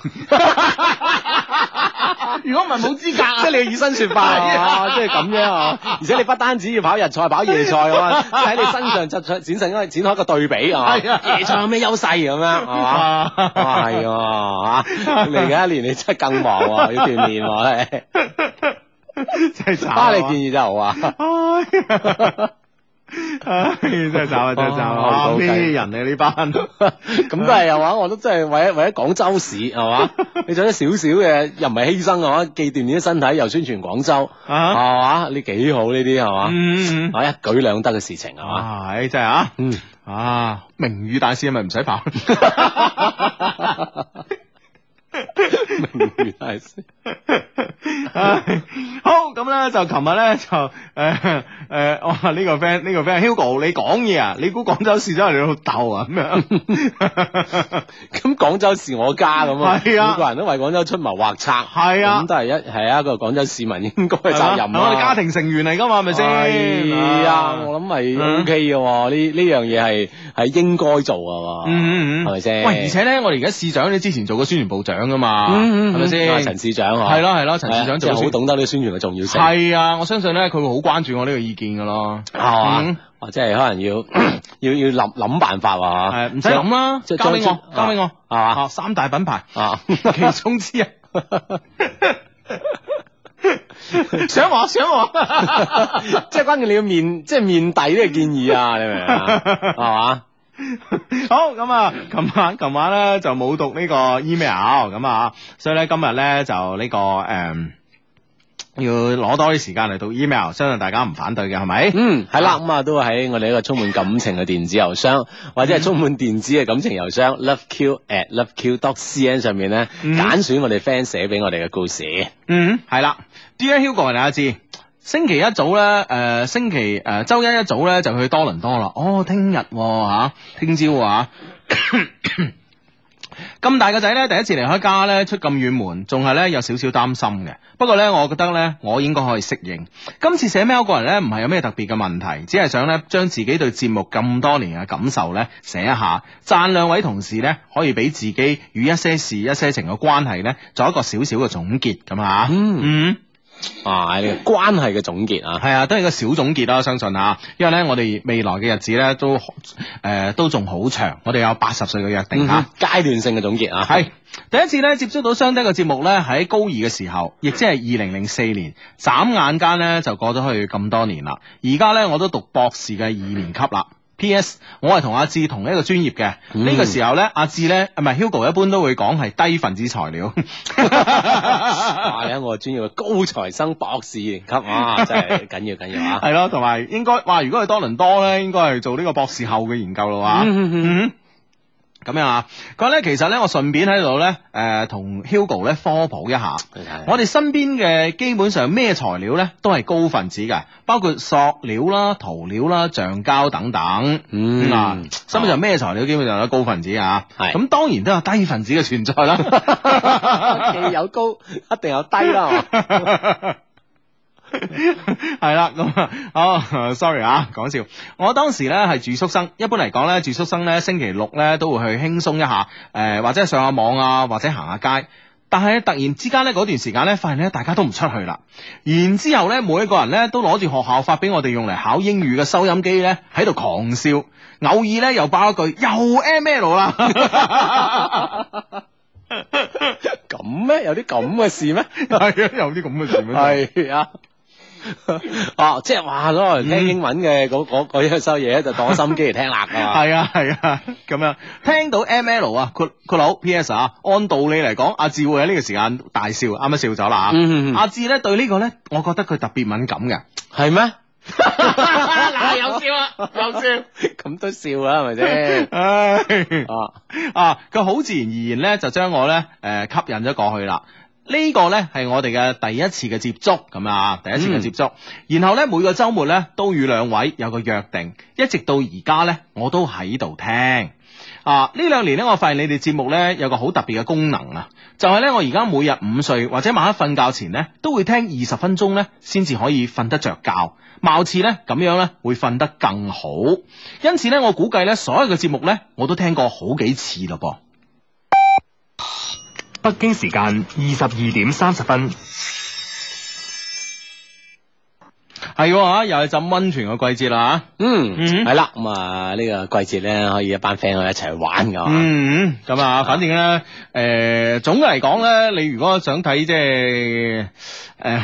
Speaker 1: 如果唔係冇資格啊，
Speaker 2: 即係你要以身説 法啊，即係咁樣啊！而且你不單止要跑日賽，跑夜賽 啊嘛，即係喺你身上展展展成一個展開一個對比啊嘛！
Speaker 1: 係啊
Speaker 2: 夜賽有咩優勢 咁樣係嘛？
Speaker 1: 啊
Speaker 2: 係 啊，嚇嚟緊一年你真係更忙喎，要鍛鍊喎，真係
Speaker 1: 真係慘
Speaker 2: 啊！你建議真係好啊！
Speaker 1: 唉，唉真係慘啊！真係慘啊！
Speaker 2: 哦
Speaker 1: 咩人嚟呢班？
Speaker 2: 咁都係係嘛？我都真係為咗為咗廣州市 係嘛？你做咗少少嘅又唔係犧牲係嘛？既鍛鍊啲身體，又宣傳廣州係
Speaker 1: 啊，
Speaker 2: 嘛？你幾好呢啲係嘛？
Speaker 1: 嗯，
Speaker 2: 啊，一舉兩得嘅事情係嘛？
Speaker 1: 唉，真係啊，
Speaker 2: 嗯。
Speaker 1: 啊，名譽大使係咪唔使跑？
Speaker 2: 明白先
Speaker 1: 唉好咁咧，就琴日咧就誒誒，呃呃我話呢個 friend 呢個 friend Hugo，你講嘢啊？你估廣州市真係你老豆啊？咁樣
Speaker 2: 咁廣州是我家咁啊，
Speaker 1: 係啊
Speaker 2: 每個人都為廣州出謀劃策，
Speaker 1: 係啊
Speaker 2: 咁都係一係一個廣州市民應該嘅責
Speaker 1: 係
Speaker 2: 任
Speaker 1: 嘛
Speaker 2: 啊。
Speaker 1: 我哋家庭成員嚟㗎嘛，係咪先？
Speaker 2: 係啊，我諗係
Speaker 1: 嗯
Speaker 2: O K 嘅喎，呢呢樣嘢係係應該做嘅喎，
Speaker 1: 嗯嗯嗯，
Speaker 2: 係咪先？
Speaker 1: 喂，而且咧，我哋而家市長你之前做過宣傳部長噶嘛，
Speaker 2: 嗯嗯
Speaker 1: 係
Speaker 2: 嗯
Speaker 1: 咪
Speaker 2: 啊
Speaker 1: 先？
Speaker 2: 陳市長啊，
Speaker 1: 係咯係咯，陳市
Speaker 2: 係啊
Speaker 1: 長
Speaker 2: 即
Speaker 1: 做過
Speaker 2: 係好
Speaker 1: 宣
Speaker 2: 懂得呢個宣傳嘅重要性，
Speaker 1: 係啊，我相信咧佢會好關注我呢個意見噶咯，
Speaker 2: 係
Speaker 1: 嗯
Speaker 2: 嘛？或者係 可能要要要諗諗辦法喎，嚇
Speaker 1: 係啊唔使諗啦，
Speaker 2: 即係
Speaker 1: 交俾
Speaker 2: 將
Speaker 1: 我，交俾我，
Speaker 2: 係嘛？
Speaker 1: 啊，三大品 牌
Speaker 2: 啊，
Speaker 1: 其中之一， 想我想我，
Speaker 2: 即係關鍵你要面即係面底呢個建議啊，你明唔明 啊？係嘛？
Speaker 1: 好咁啊，琴晚琴晚咧就冇讀呢個 email 咁啊，所以咧今日咧就呢、個誒。要攞多啲時間嚟讀 email，相信大家唔反對嘅係咪？
Speaker 2: 嗯，係啦，咁啊都喺我哋一個充滿感情嘅電子郵箱，或者係充滿電子嘅感情郵箱 loveq at loveq dot cn 上面咧，
Speaker 1: 嗯
Speaker 2: 揀選我哋 friend 寫俾我哋嘅故事。
Speaker 1: 嗯，系啦，Dear Hugo 大家知。星期一早咧，誒、星期誒周、一一早咧就去多倫多啦。哦，聽日喎嚇，聽朝啊， 咁大個仔咧第一次離開家咧出咁遠門，仲係咧有少少擔心嘅。不過咧，我覺得咧我應該可以適應。今次寫 mail 個人咧唔係有咩特別嘅問題，只係想咧將自己對節目咁多年嘅感受咧寫一下，讚兩位同事咧可以俾自己與一些事一些情嘅關係咧做一個少少嘅總結咁啊。
Speaker 2: 嗯
Speaker 1: 嗯
Speaker 2: 啊，呢個關係嘅總結啊，
Speaker 1: 系啊，都係個小總結啦，相信啊，因為咧，我哋未來嘅日子咧都誒、呃都仲好長，我哋有八十歲嘅約定
Speaker 2: 定
Speaker 1: 嚇。
Speaker 2: 下階段性嘅總結啊。
Speaker 1: 係第一次咧接觸到雙低嘅節目咧，喺高二嘅時候，亦即係二零零四年，眨眼間咧就過咗去咁多年啦。而家咧我都讀博士嘅二年級啦。 P.S. 我係同阿志同一個專業嘅，
Speaker 2: 嗯
Speaker 1: 呢、個時候咧，阿志咧唔係 Hugo 一般都會講係低分子材料。
Speaker 2: 哇！你睇我專業嘅高材生博士級 啊，真係緊要緊要 啊！
Speaker 1: 係咯，同埋應該哇，如果去多倫多咧，應該係做呢個博士後嘅研究咯啊。嗯咁樣啊，佢話咧其實咧，我順便喺度咧，誒、同 Hugo 咧科普一下，
Speaker 2: 我
Speaker 1: 我哋身邊嘅基本上咩材料咧都係高分子嘅，包括塑料啦、塗料啦、橡膠等等。
Speaker 2: 嗯
Speaker 1: 啊，身邊上咩材料基本上都係高分子啊，
Speaker 2: 係
Speaker 1: 咁當然都有低分子嘅存在 啦。
Speaker 2: 既有高，一定有低啦。
Speaker 1: 系啦，咁啊，哦，sorry 啊，講笑。我當時咧係住宿生，一般嚟講咧住宿生咧星期六咧都會去輕鬆一下，诶、或者上下網啊，或者行下街。但係咧突然之間咧嗰段時間咧，發現咧大家都唔出去啦。然之後咧，每一個人咧都攞住學校發俾我哋用嚟考英語嘅收音機咧，喺度狂笑。偶爾咧又爆一句又 M L 啦，
Speaker 2: 咁咩？有啲咁嘅事咩？
Speaker 1: 係啊，有啲咁嘅事咩
Speaker 2: 係啊。哦，即係話
Speaker 1: Ừ.
Speaker 2: 攞嚟聽英文嘅嗰嗰嗰一收嘢咧，就當心機嚟聽 啦，係嘛？
Speaker 1: 系啊系啊，咁样聽到 M L 啊，佢佢佬 P S 啊，按道理嚟講，阿志會喺呢個時間大笑，啱啱笑咗啦吓。
Speaker 2: 嗯
Speaker 1: 阿志咧對呢個咧，我覺得佢特別敏感嘅。
Speaker 2: 係咩？
Speaker 1: 嗱，有笑啊，有笑。
Speaker 2: 咁都笑 啦，係咪先？
Speaker 1: 唉，
Speaker 2: 啊，
Speaker 1: 啊，佢好自然而然咧就將我咧诶吸引咗過去啦。呢個咧係我哋嘅第一次嘅接觸咁啊，第一次嘅接觸。然後咧每個週末咧都與兩位有個約定，一直到而家咧我都喺度聽。啊！呢兩年咧，我發現你哋節目咧有個好特別嘅功能啊，就係、呢。咧我而家每日午睡或者晚黑瞓覺前咧，都會聽二十分鐘咧，先至可以瞓得着覺。貌似咧咁樣咧會瞓得更好，因此咧我估計咧所有嘅節目咧我都聽過好幾次咯噃。
Speaker 4: 北京時間二十二點三十分，
Speaker 1: 係喎，啊又係浸温泉嘅季節啦
Speaker 2: 嗯，
Speaker 1: 嗯
Speaker 2: 係啦，咁啊呢個季節咧，可以一班 friend 去一齊去玩噶。
Speaker 1: 嗯，咁啊，反正咧，诶、總嘅嚟講咧，你如果想睇即係 诶，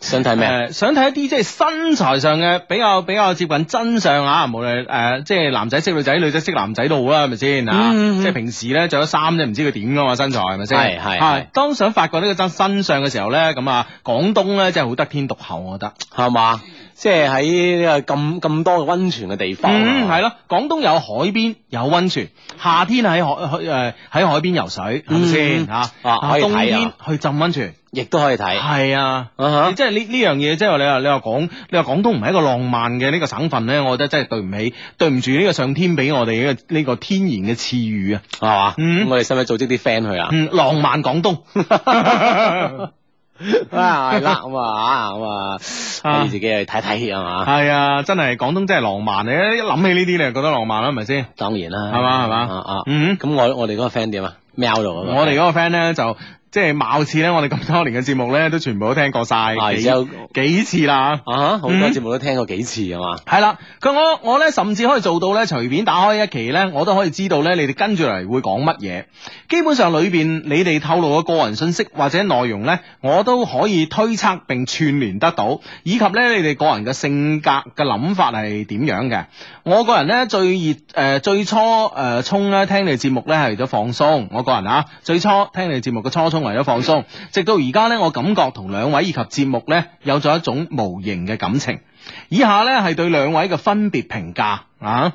Speaker 2: 想睇咩
Speaker 1: 誒想睇一啲即係身材上嘅比較比較接近真相啊，無論诶、誒即係男仔識女仔，女仔識男仔都好啦，係咪先啊？
Speaker 2: 嗯嗯嗯
Speaker 1: 即係平時咧着咗衫啫，唔知佢點噶嘛身材係咪先？
Speaker 2: 係係
Speaker 1: 啊
Speaker 2: 係
Speaker 1: 當想發掘呢個真真相嘅時候咧，咁啊，廣東咧真係好得天獨厚，我覺得。
Speaker 2: 係嘛？即係喺呢個咁咁多嘅温泉嘅地方啊，
Speaker 1: 嗯，係咯，廣東有海邊，有温泉，夏天喺海海誒喺海邊游水，係咪先
Speaker 2: 嗯
Speaker 1: 嚇？
Speaker 2: 啊可以睇啊
Speaker 1: 冬天去浸温泉，
Speaker 2: 亦都可以睇。
Speaker 1: 係啊。
Speaker 2: 啊哈
Speaker 1: 你即係呢呢樣嘢，即係話你話你話廣你話廣東唔係一個浪漫嘅呢個省份咧，我覺得真係對唔起，對唔住呢個上天俾我哋呢個呢個天然嘅賜予啊！
Speaker 2: 係嘛？
Speaker 1: 嗯
Speaker 2: 咁我哋使唔使組織啲 friend 去啊？
Speaker 1: 嗯，浪漫廣東，
Speaker 2: 啊，係啦，咁啊，咁啊，可以自己去睇睇啊嘛。
Speaker 1: 係啊，真係廣東真係浪漫，你一諗起呢啲你就覺得浪漫啦，係咪先？
Speaker 2: 當然啦，
Speaker 1: 係嘛係嘛
Speaker 2: 啊啊，
Speaker 1: 嗯。
Speaker 2: 咁我我哋嗰個 friend 點啊？喵度啊，
Speaker 1: 我哋嗰個 friend 咧就即係貌似咧，我哋咁多年嘅節目咧都全部都聽過晒
Speaker 2: 啊，而
Speaker 1: 幾
Speaker 2: 且有
Speaker 1: 幾次啦。
Speaker 2: 啊哈，好多
Speaker 1: 嗯
Speaker 2: 節目都聽過幾次啊嘛。
Speaker 1: 係啦，佢我我咧甚至可以做到咧，隨便打開一期咧，我都可以知道咧，你哋跟住嚟會講乜嘢。基本上裏邊你哋透露嘅個人信息或者內容咧，我都可以推測並串聯得到，以及咧你哋個人嘅性格嘅諗法係點樣嘅。我個人咧最熱誒、呃最初誒衝咧聽你哋節目咧係為咗放鬆，我個人啊最初聽你哋節目嘅初衷為咗放鬆，直到而家咧我感覺同兩位以及節目咧有咗一種無形嘅感情。以下咧係對兩位嘅分別評價啊。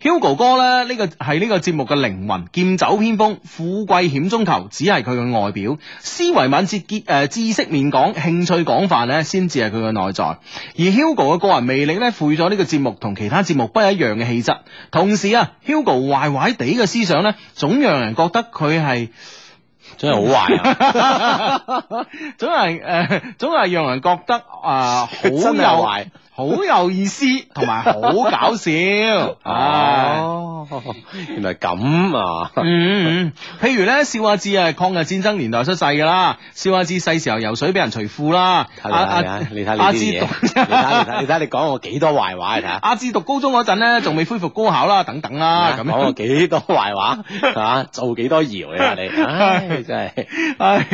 Speaker 1: Hugo 哥咧，呢、個係呢個節目嘅靈魂，劍走偏鋒，富貴險中求，只係佢嘅外表。思維敏捷，結誒知識面廣，興趣廣泛咧，先至係佢嘅內在。而 Hugo 嘅個人魅力咧，賦予咗呢個節目同其他節目不一樣嘅氣質。同時啊，Hugo 壞壞地嘅思想咧，總讓人覺得佢 係。
Speaker 2: 真係好壞
Speaker 1: 嗯
Speaker 2: 啊！
Speaker 1: 總係誒、呃總係讓人覺得啊，好、
Speaker 2: 真係壞
Speaker 1: 有好有意思，同埋好搞笑，唉。
Speaker 2: 哦，原來咁啊！
Speaker 1: 嗯，嗯譬如咧，笑阿志啊，抗日戰爭年代出世噶啦，笑阿志細時候游水俾人除褲啦，
Speaker 2: 睇
Speaker 1: 阿
Speaker 2: 你睇
Speaker 1: 阿
Speaker 2: 你睇你睇
Speaker 1: 啊阿
Speaker 2: 呢
Speaker 1: 志
Speaker 2: 啲嘢，
Speaker 1: 讀
Speaker 2: 你睇你睇你睇你講我幾多壞話，你睇下。啊
Speaker 1: 阿志讀高中嗰陣咧，仲未恢復高考啦，等等啦，啊咁
Speaker 2: 講
Speaker 1: 樣。
Speaker 2: 我幾多壞話啊，做幾多謠你 話你，唉，真係。
Speaker 1: 唉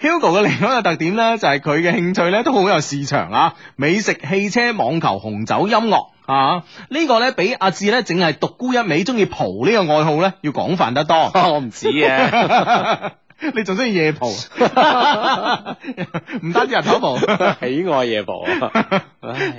Speaker 1: ，Hugo 嘅另外一個特點咧，就係佢嘅興趣咧都好有市場啊，美食、汽車、網球、紅酒、音樂。啊，呢個咧比阿志咧淨係獨孤一味中意蒲呢個愛好咧要廣泛得多。
Speaker 2: 我唔止啊嘅，
Speaker 1: 你仲中意夜蒲？啊唔單止日頭蒲。
Speaker 2: 喜愛夜 蒲啊！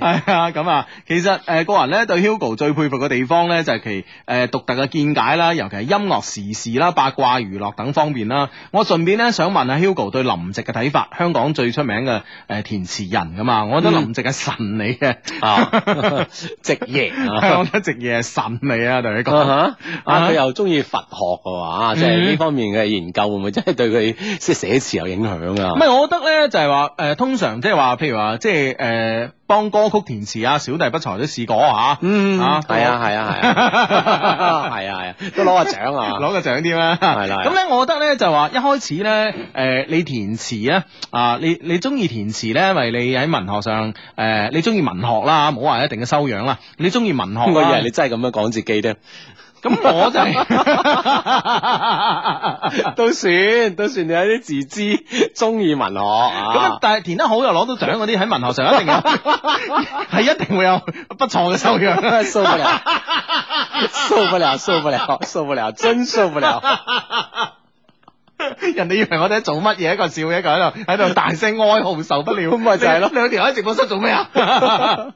Speaker 2: 唉
Speaker 1: 系啊，咁啊，其實诶、呃個人咧對 Hugo 最佩服嘅地方咧，就係其诶独特嘅見解啦，尤其係音樂時事啦、八卦娛樂等方面啦。我順便咧想問下 Hugo 對林夕嘅睇法，香港最出名嘅诶填詞人噶嘛，我覺得林夕係神嚟嘅，
Speaker 2: 啊，直夜啊！
Speaker 1: 我覺得直嘢係神嚟啊，同你講。
Speaker 2: 啊哈嗯
Speaker 1: 啊
Speaker 2: 啊！佢又中意佛學嘅話，即係呢方面嘅研究會唔會真係對 佢即係寫詞有影響
Speaker 1: 唔
Speaker 2: 啊？
Speaker 1: 係，我覺得咧就係話誒，通常即係話，譬如話即係誒，幫歌曲填詞啊，小弟不才都試過嚇，
Speaker 2: 嗯
Speaker 1: 啊
Speaker 2: 係啊，係啊，係啊， 係啊，係啊，都攞個獎啊！
Speaker 1: 攞個獎添啦。
Speaker 2: 係啦係啦
Speaker 1: 咁咧，我覺得咧就話一開始咧，誒，你填詞咧啊，你你中意填詞咧，因為你喺文學上誒，你中意文學啦，唔好話一定嘅修養啦，你中意文學
Speaker 2: 我以
Speaker 1: 啦
Speaker 2: 為你。真係咁樣講自己啫，
Speaker 1: 咁我就 係
Speaker 2: 都算都算你有啲自知，中意文學
Speaker 1: 咁
Speaker 2: 啊，
Speaker 1: 但係填得好又攞到獎嗰啲喺文學上一 定有，係一定會有不錯嘅修養。
Speaker 2: 啊 受不了，受不了，受不了，受不了，真受不了。
Speaker 1: 人哋以為我哋喺做乜嘢，一個笑，一個喺度喺度大聲哀號，受不了。
Speaker 2: 咁咪就係咯
Speaker 1: 你兩條喺直播室做咩 啊？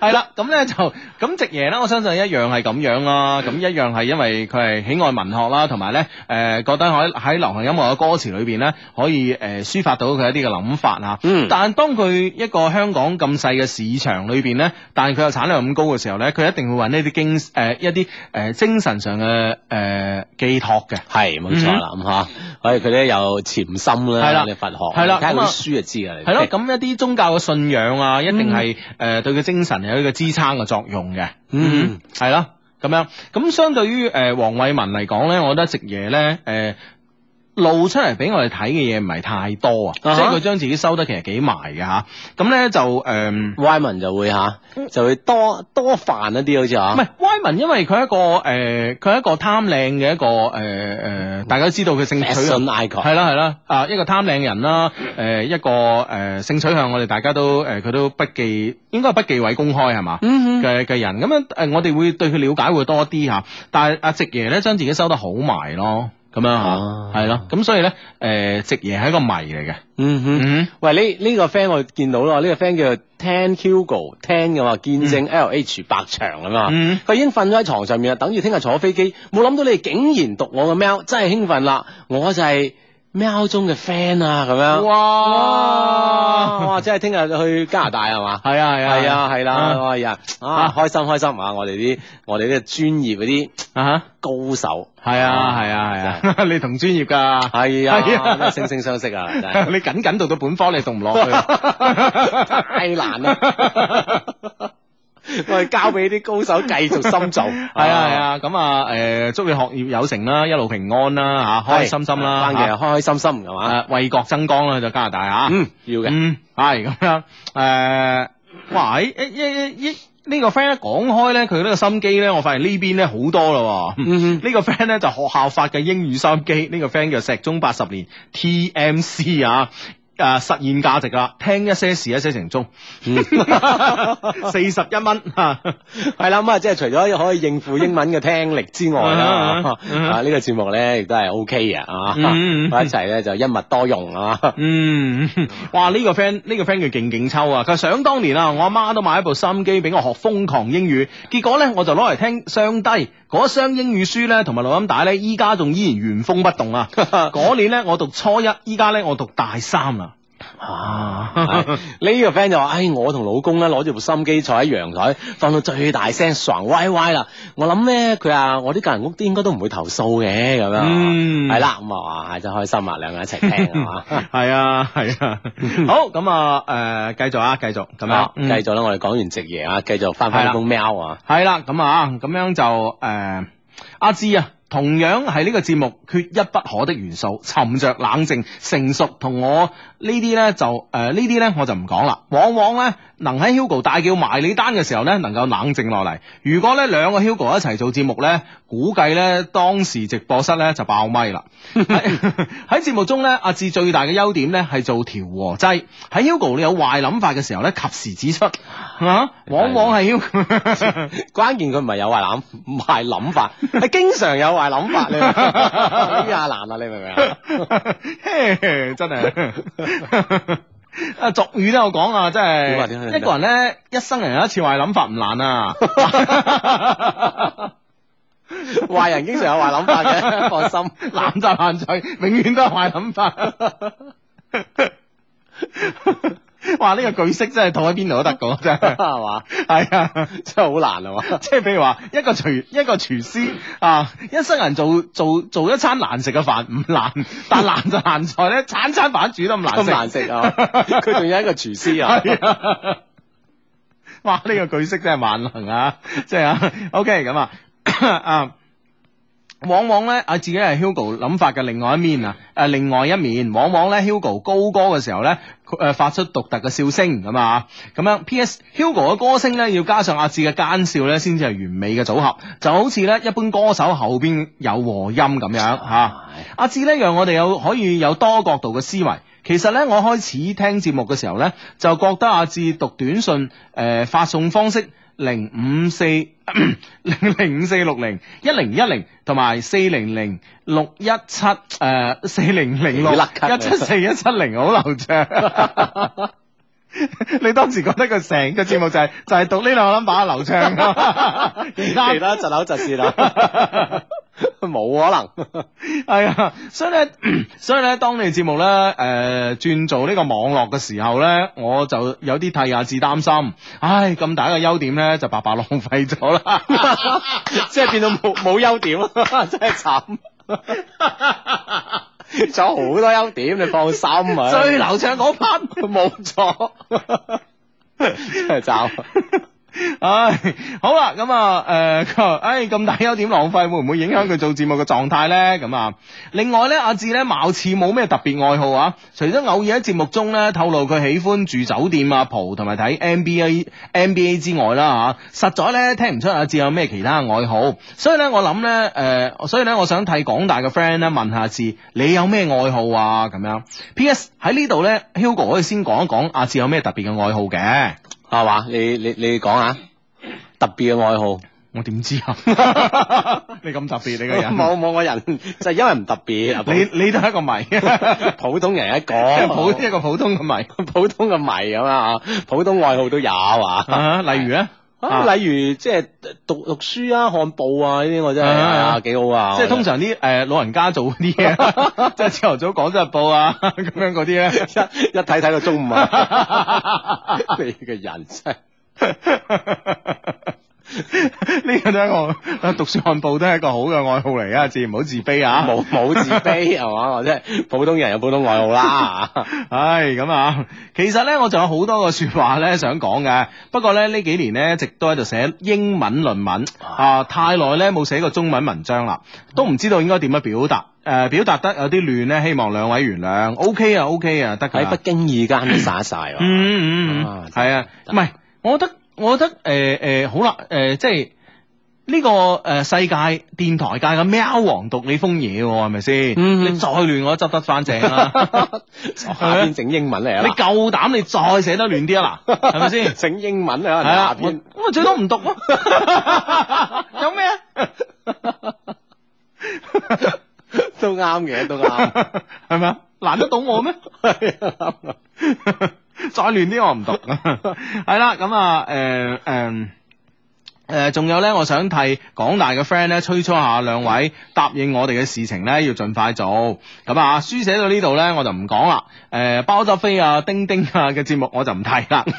Speaker 1: 係啦，咁咧就咁直爺咧，我相信一樣係咁樣啦。咁一樣係因為佢係喜愛文學啦，同埋咧誒覺得喺喺流行音樂嘅歌詞裏邊咧，可以誒、呃、抒發到佢一啲嘅諗法啊。
Speaker 2: 嗯
Speaker 1: 但係當佢一個香港咁細嘅市場裏邊咧，但係佢嘅產量咁高嘅時候咧，佢一定會揾呢啲經誒、呃一啲誒、呃精神上嘅誒、呃寄託嘅。
Speaker 2: 係冇錯啦，咁嚇，所以佢咧有潛心嗯啦，
Speaker 1: 係啦
Speaker 2: 你佛學，
Speaker 1: 係啦
Speaker 2: 你嗯睇
Speaker 1: 咁啊
Speaker 2: 下本書就知㗎啦，
Speaker 1: 係咯，咁一啲宗教嘅信仰啊，一定係誒、呃、對佢精神有一個支撐嘅作用嘅。
Speaker 2: 嗯，
Speaker 1: 係咯，咁樣咁相對於誒黃偉文嚟講咧，我覺得直爺咧誒。呃露出嚟俾我哋睇嘅嘢唔係太多啊
Speaker 2: 啊哈
Speaker 1: 即係佢將自己收得其實幾埋嘅吓，咁咧就誒。呃
Speaker 2: Y 文就會吓，就會多多泛一啲好似啊嚇，
Speaker 1: 唔係 Y 文，因為佢係一個誒，佢係一個貪靚嘅一個誒誒，大家都知道佢性取向
Speaker 2: 嗯 fashion icon，
Speaker 1: 係啦係啦，啊一個貪靚人啦，誒一個誒性取向，我哋大家都誒佢都不忌，應該係不忌諱公開係嘛？
Speaker 2: 嗯
Speaker 1: 嘅嘅人咁樣誒，我哋會對佢了解會多啲嚇，但係阿直爺咧將自己收得好埋咯，咁樣
Speaker 2: 啊
Speaker 1: 嚇，係咯，咁所以咧誒直爺係一個謎嚟嘅，
Speaker 2: 嗯哼。
Speaker 1: 嗯，
Speaker 2: 喂，呢呢、個 friend 我見到啦，呢、個 friend 叫 Ten Hugo Ten 嘅話，見證 L H 白長啊嘛。
Speaker 1: 嗯
Speaker 2: 佢已經瞓咗喺床上面啦，等住聽日坐飛機。冇諗到你哋竟然讀我嘅 mail，真係興奮啦！我就係 mail 中嘅 friend 啊，咁樣。哇！
Speaker 1: 哇，
Speaker 2: 哇！即係聽日去加拿大係嘛？
Speaker 1: 係啊係啊
Speaker 2: 係啊係
Speaker 1: 啊
Speaker 2: 啦，哎呀啊
Speaker 1: 啊
Speaker 2: 開心開心啊！我哋啲我哋啲專業嗰啲
Speaker 1: 啊哈，
Speaker 2: 高手
Speaker 1: 係啊係啊係啊， 你同專業㗎。
Speaker 2: 係
Speaker 1: 係啊
Speaker 2: 啊，真係惺惺相 惜啊！真係。
Speaker 1: 你緊緊讀到本科，你讀唔落去。
Speaker 2: 太 難啦！我哋交俾啲高手繼續深造，係
Speaker 1: 係啊係，啊，咁啊誒，祝你學業有成啦，一路平安啦嚇，開心心啦，
Speaker 2: 翻嘅開開心心係嘛？
Speaker 1: 啊，為國爭光啦，就加拿大嚇。
Speaker 2: 嗯，要嘅，
Speaker 1: 嗯，係咁樣。誒、哇！誒誒誒呢個 friend 咧講開咧，佢呢個心機咧，我發現呢邊咧好多咯喎。
Speaker 2: 嗯
Speaker 1: 呢個 friend 咧就學校發嘅英語收音機，呢、個 friend 叫石中八十年 TMC 啊。誒、實現價值啦，聽一些事一些 情中，四十一蚊啊！
Speaker 2: 係啦，咁啊，即係除咗可以應付英文嘅聽力之外啦
Speaker 1: 嗯，嗯
Speaker 2: 啊，呢個節目咧亦都係 OK 嘅啊，
Speaker 1: 嗯嗯嗯
Speaker 2: 我一齊咧就一物多 用啊。
Speaker 1: 嗯，哇！呢、個 friend 呢個 friend 叫勁勁秋啊，佢話想當年啊，我阿媽都買一部心機俾我學瘋狂英語，結果呢，我就攞嚟聽雙低嗰一箱英語書呢，同埋錄音帶呢，依家仲依然原封不動啊！嗰年呢，我讀初一，依家呢，我讀大三啦。
Speaker 2: 係呢個 friend 就話：，唉，我同老公咧攞住部心機坐喺陽台，放到最大聲，爽歪歪啦！我諗咧，佢話我啲隔人屋啲應該都唔會投訴嘅，咁樣，
Speaker 1: 嗯
Speaker 2: 係啦，咁啊，哇，真開心啊，兩個人一齊聽係嘛，
Speaker 1: 係啊，係啊，好咁啊，誒、繼續啊，繼續咁
Speaker 2: 咁
Speaker 1: 樣
Speaker 2: 啊，，
Speaker 1: 嗯
Speaker 2: 繼續啦，我哋講完直爺啊，繼續翻
Speaker 1: 係啦
Speaker 2: 翻工喵啊，
Speaker 1: 係啦，咁啊，咁樣就誒，阿、芝啊，同樣係呢個節目缺一不可的元素，沉着冷靜、成熟同我呢啲呢，就誒、呃呢啲呢，我就唔講啦。往往呢，能喺 Hugo 大叫埋你單嘅時候呢，能夠冷靜落嚟。如果呢兩個 Hugo 一齊做節目呢，估計呢當時直播室呢就爆咪啦。喺喺節目中呢，阿志最大嘅優點呢係做調和劑。喺 Hugo 你有壞諗法嘅時候呢，及時指出。啊，往往係 Hugo。
Speaker 2: 關鍵佢唔係有壞諗， 唔係諗 法，係經常有壞諗法。你明唔明咁亞難啊， 你明唔 明啊？
Speaker 1: 嘿真係。啊，俗語都有講啊，真
Speaker 2: 點啊點啊點啊
Speaker 1: 係一個人咧，一生人有一次壞諗法唔難啊。
Speaker 2: 壞人經常有壞諗法嘅， 放心。
Speaker 1: 男就爛仔，永遠都係壞諗法。 哇！呢、個句式真係套喺邊度都得噶，真係。
Speaker 2: 係嘛？
Speaker 1: 係啊。
Speaker 2: 真係好難啊嘛！
Speaker 1: 即係譬如話一個廚一個廚師啊，一生人做做做一餐難食嘅飯唔難，但難就難在咧，餐餐飯煮得咁難
Speaker 2: 咁
Speaker 1: 食。
Speaker 2: 難食 啊！佢仲有一個廚師啊！
Speaker 1: 係啊！哇！呢、個句式真係萬能啊！即係啊，OK 咁啊啊。往往咧，啊自己係 Hugo 諗法嘅另外一面啊，誒、另外一面，往往咧 Hugo 高歌嘅時候咧，佢誒、發出獨特嘅笑聲咁啊，咁樣 P.S. Hugo 嘅歌聲咧要加上阿志嘅奸笑咧，先至係完美嘅組合，就好似咧一般歌手後邊有和音咁樣嚇。啊阿志咧，讓我哋有可以有多角度嘅思維。其實咧，我開始聽節目嘅時候咧，就覺得阿志讀短信誒、呃、發送方式零五四 零零五四六零一零一零同埋四零零六一七誒四零零六
Speaker 2: 啊
Speaker 1: 一七四一七零好流暢。 你當時覺得佢成個節目就係、就係、讀呢兩個 number 流暢，
Speaker 2: 其
Speaker 1: 其他
Speaker 2: 他窒口窒舌啊， 冇可能。
Speaker 1: 系啊，所以咧， 所以咧，當你節目咧，诶、轉做呢個網絡嘅時候咧，我就有啲替阿志擔心，唉，咁大嘅優點咧，就白白浪費咗啦。
Speaker 2: 即係變到冇冇優點，真係慘。仲有好多優點，你放心啊！
Speaker 1: 最流暢嗰 part 冇咗。
Speaker 2: 真係慘。啊
Speaker 1: 唉，好啦，咁啊，诶、佢話 唉，咁大優點浪費，會唔會影響佢做節目嘅狀態呢？咁啊，另外呢，阿志呢，貌似冇咩特別愛好啊，除咗偶爾喺節目中呢透露佢喜歡住酒店啊、蒲同埋睇 NBA NBA 之外啦吓、實在呢，聽唔出阿志有咩其他愛好，所以呢，我諗呢，诶、所以呢，我想替廣大嘅 friend 呢問下阿志，你有咩愛好啊？咁樣。P.S. 喺呢度呢 h u g o 可以先講一講阿志有咩特別嘅愛好嘅。
Speaker 2: 係嘛？你你你講下特別嘅愛好。
Speaker 1: 我點知 啊？你咁特別你個人，
Speaker 2: 冇冇，我人就係因為唔特別。阿寶
Speaker 1: 你你都係一個謎，
Speaker 2: 普通人一個，
Speaker 1: 普一個普通嘅謎
Speaker 2: 普通嘅迷咁啊，普通愛好都有啊。
Speaker 1: 啊，例如咧，
Speaker 2: 啊，例如即係讀讀書啊、看報啊呢啲，我真係
Speaker 1: 啊
Speaker 2: 啊幾好啊！
Speaker 1: 即係
Speaker 2: 我覺得
Speaker 1: 通常啲誒老人家做嗰啲 嘢，即係朝頭早講真日報啊咁樣嗰啲咧，
Speaker 2: 一 一睇睇到中午啊， 你個人真係
Speaker 1: 呢個都係一個讀書看報都係一個好嘅愛好嚟啊，自然唔好自卑啊。
Speaker 2: 冇冇自卑係 嘛？我真係普通人有普通愛好啦。
Speaker 1: 唉，咁啊，其實呢，我仲有好多個说話呢想講嘅，不過呢，呢幾年呢，一直都喺度寫英文論文，啊，太耐呢冇寫過中文文章啦，都唔知道應該點樣表達，诶、表達得有啲亂呢，希望兩位原諒。OK 啊，OK 啊，得㗎
Speaker 2: 喺
Speaker 1: 啦
Speaker 2: 不。經意間都灑晒喎。
Speaker 1: 嗯嗯
Speaker 2: 啊
Speaker 1: 嗯，係啊，唔係，我覺得我覺得诶诶、呃好啦，诶、即係呢、個个呃世界電台界嘅喵王獨你風嘢喎，係咪先？
Speaker 2: 嗯
Speaker 1: 你再亂我都執得翻正啊啦。
Speaker 2: 下邊整英文嚟啊
Speaker 1: 你！夠膽你再寫得亂啲啊嗱，係咪先？
Speaker 2: 整英文啊！
Speaker 1: 係
Speaker 2: 下
Speaker 1: 啊，我咁
Speaker 2: 邊
Speaker 1: 咪最多唔讀咯，有咩啊？
Speaker 2: 都啱嘅，都 啱。
Speaker 1: 係咪啊？難得到我咩？ 再亂啲我唔讀， 係啦，咁啊，誒誒。誒，仲、有呢，我想替廣大嘅 friend 咧催促下兩位，答應我哋嘅事情呢，要盡快做。咁啊，書寫到呢度呢，我就唔講啦。誒、包德飛啊、丁丁啊嘅節目我就唔提啦。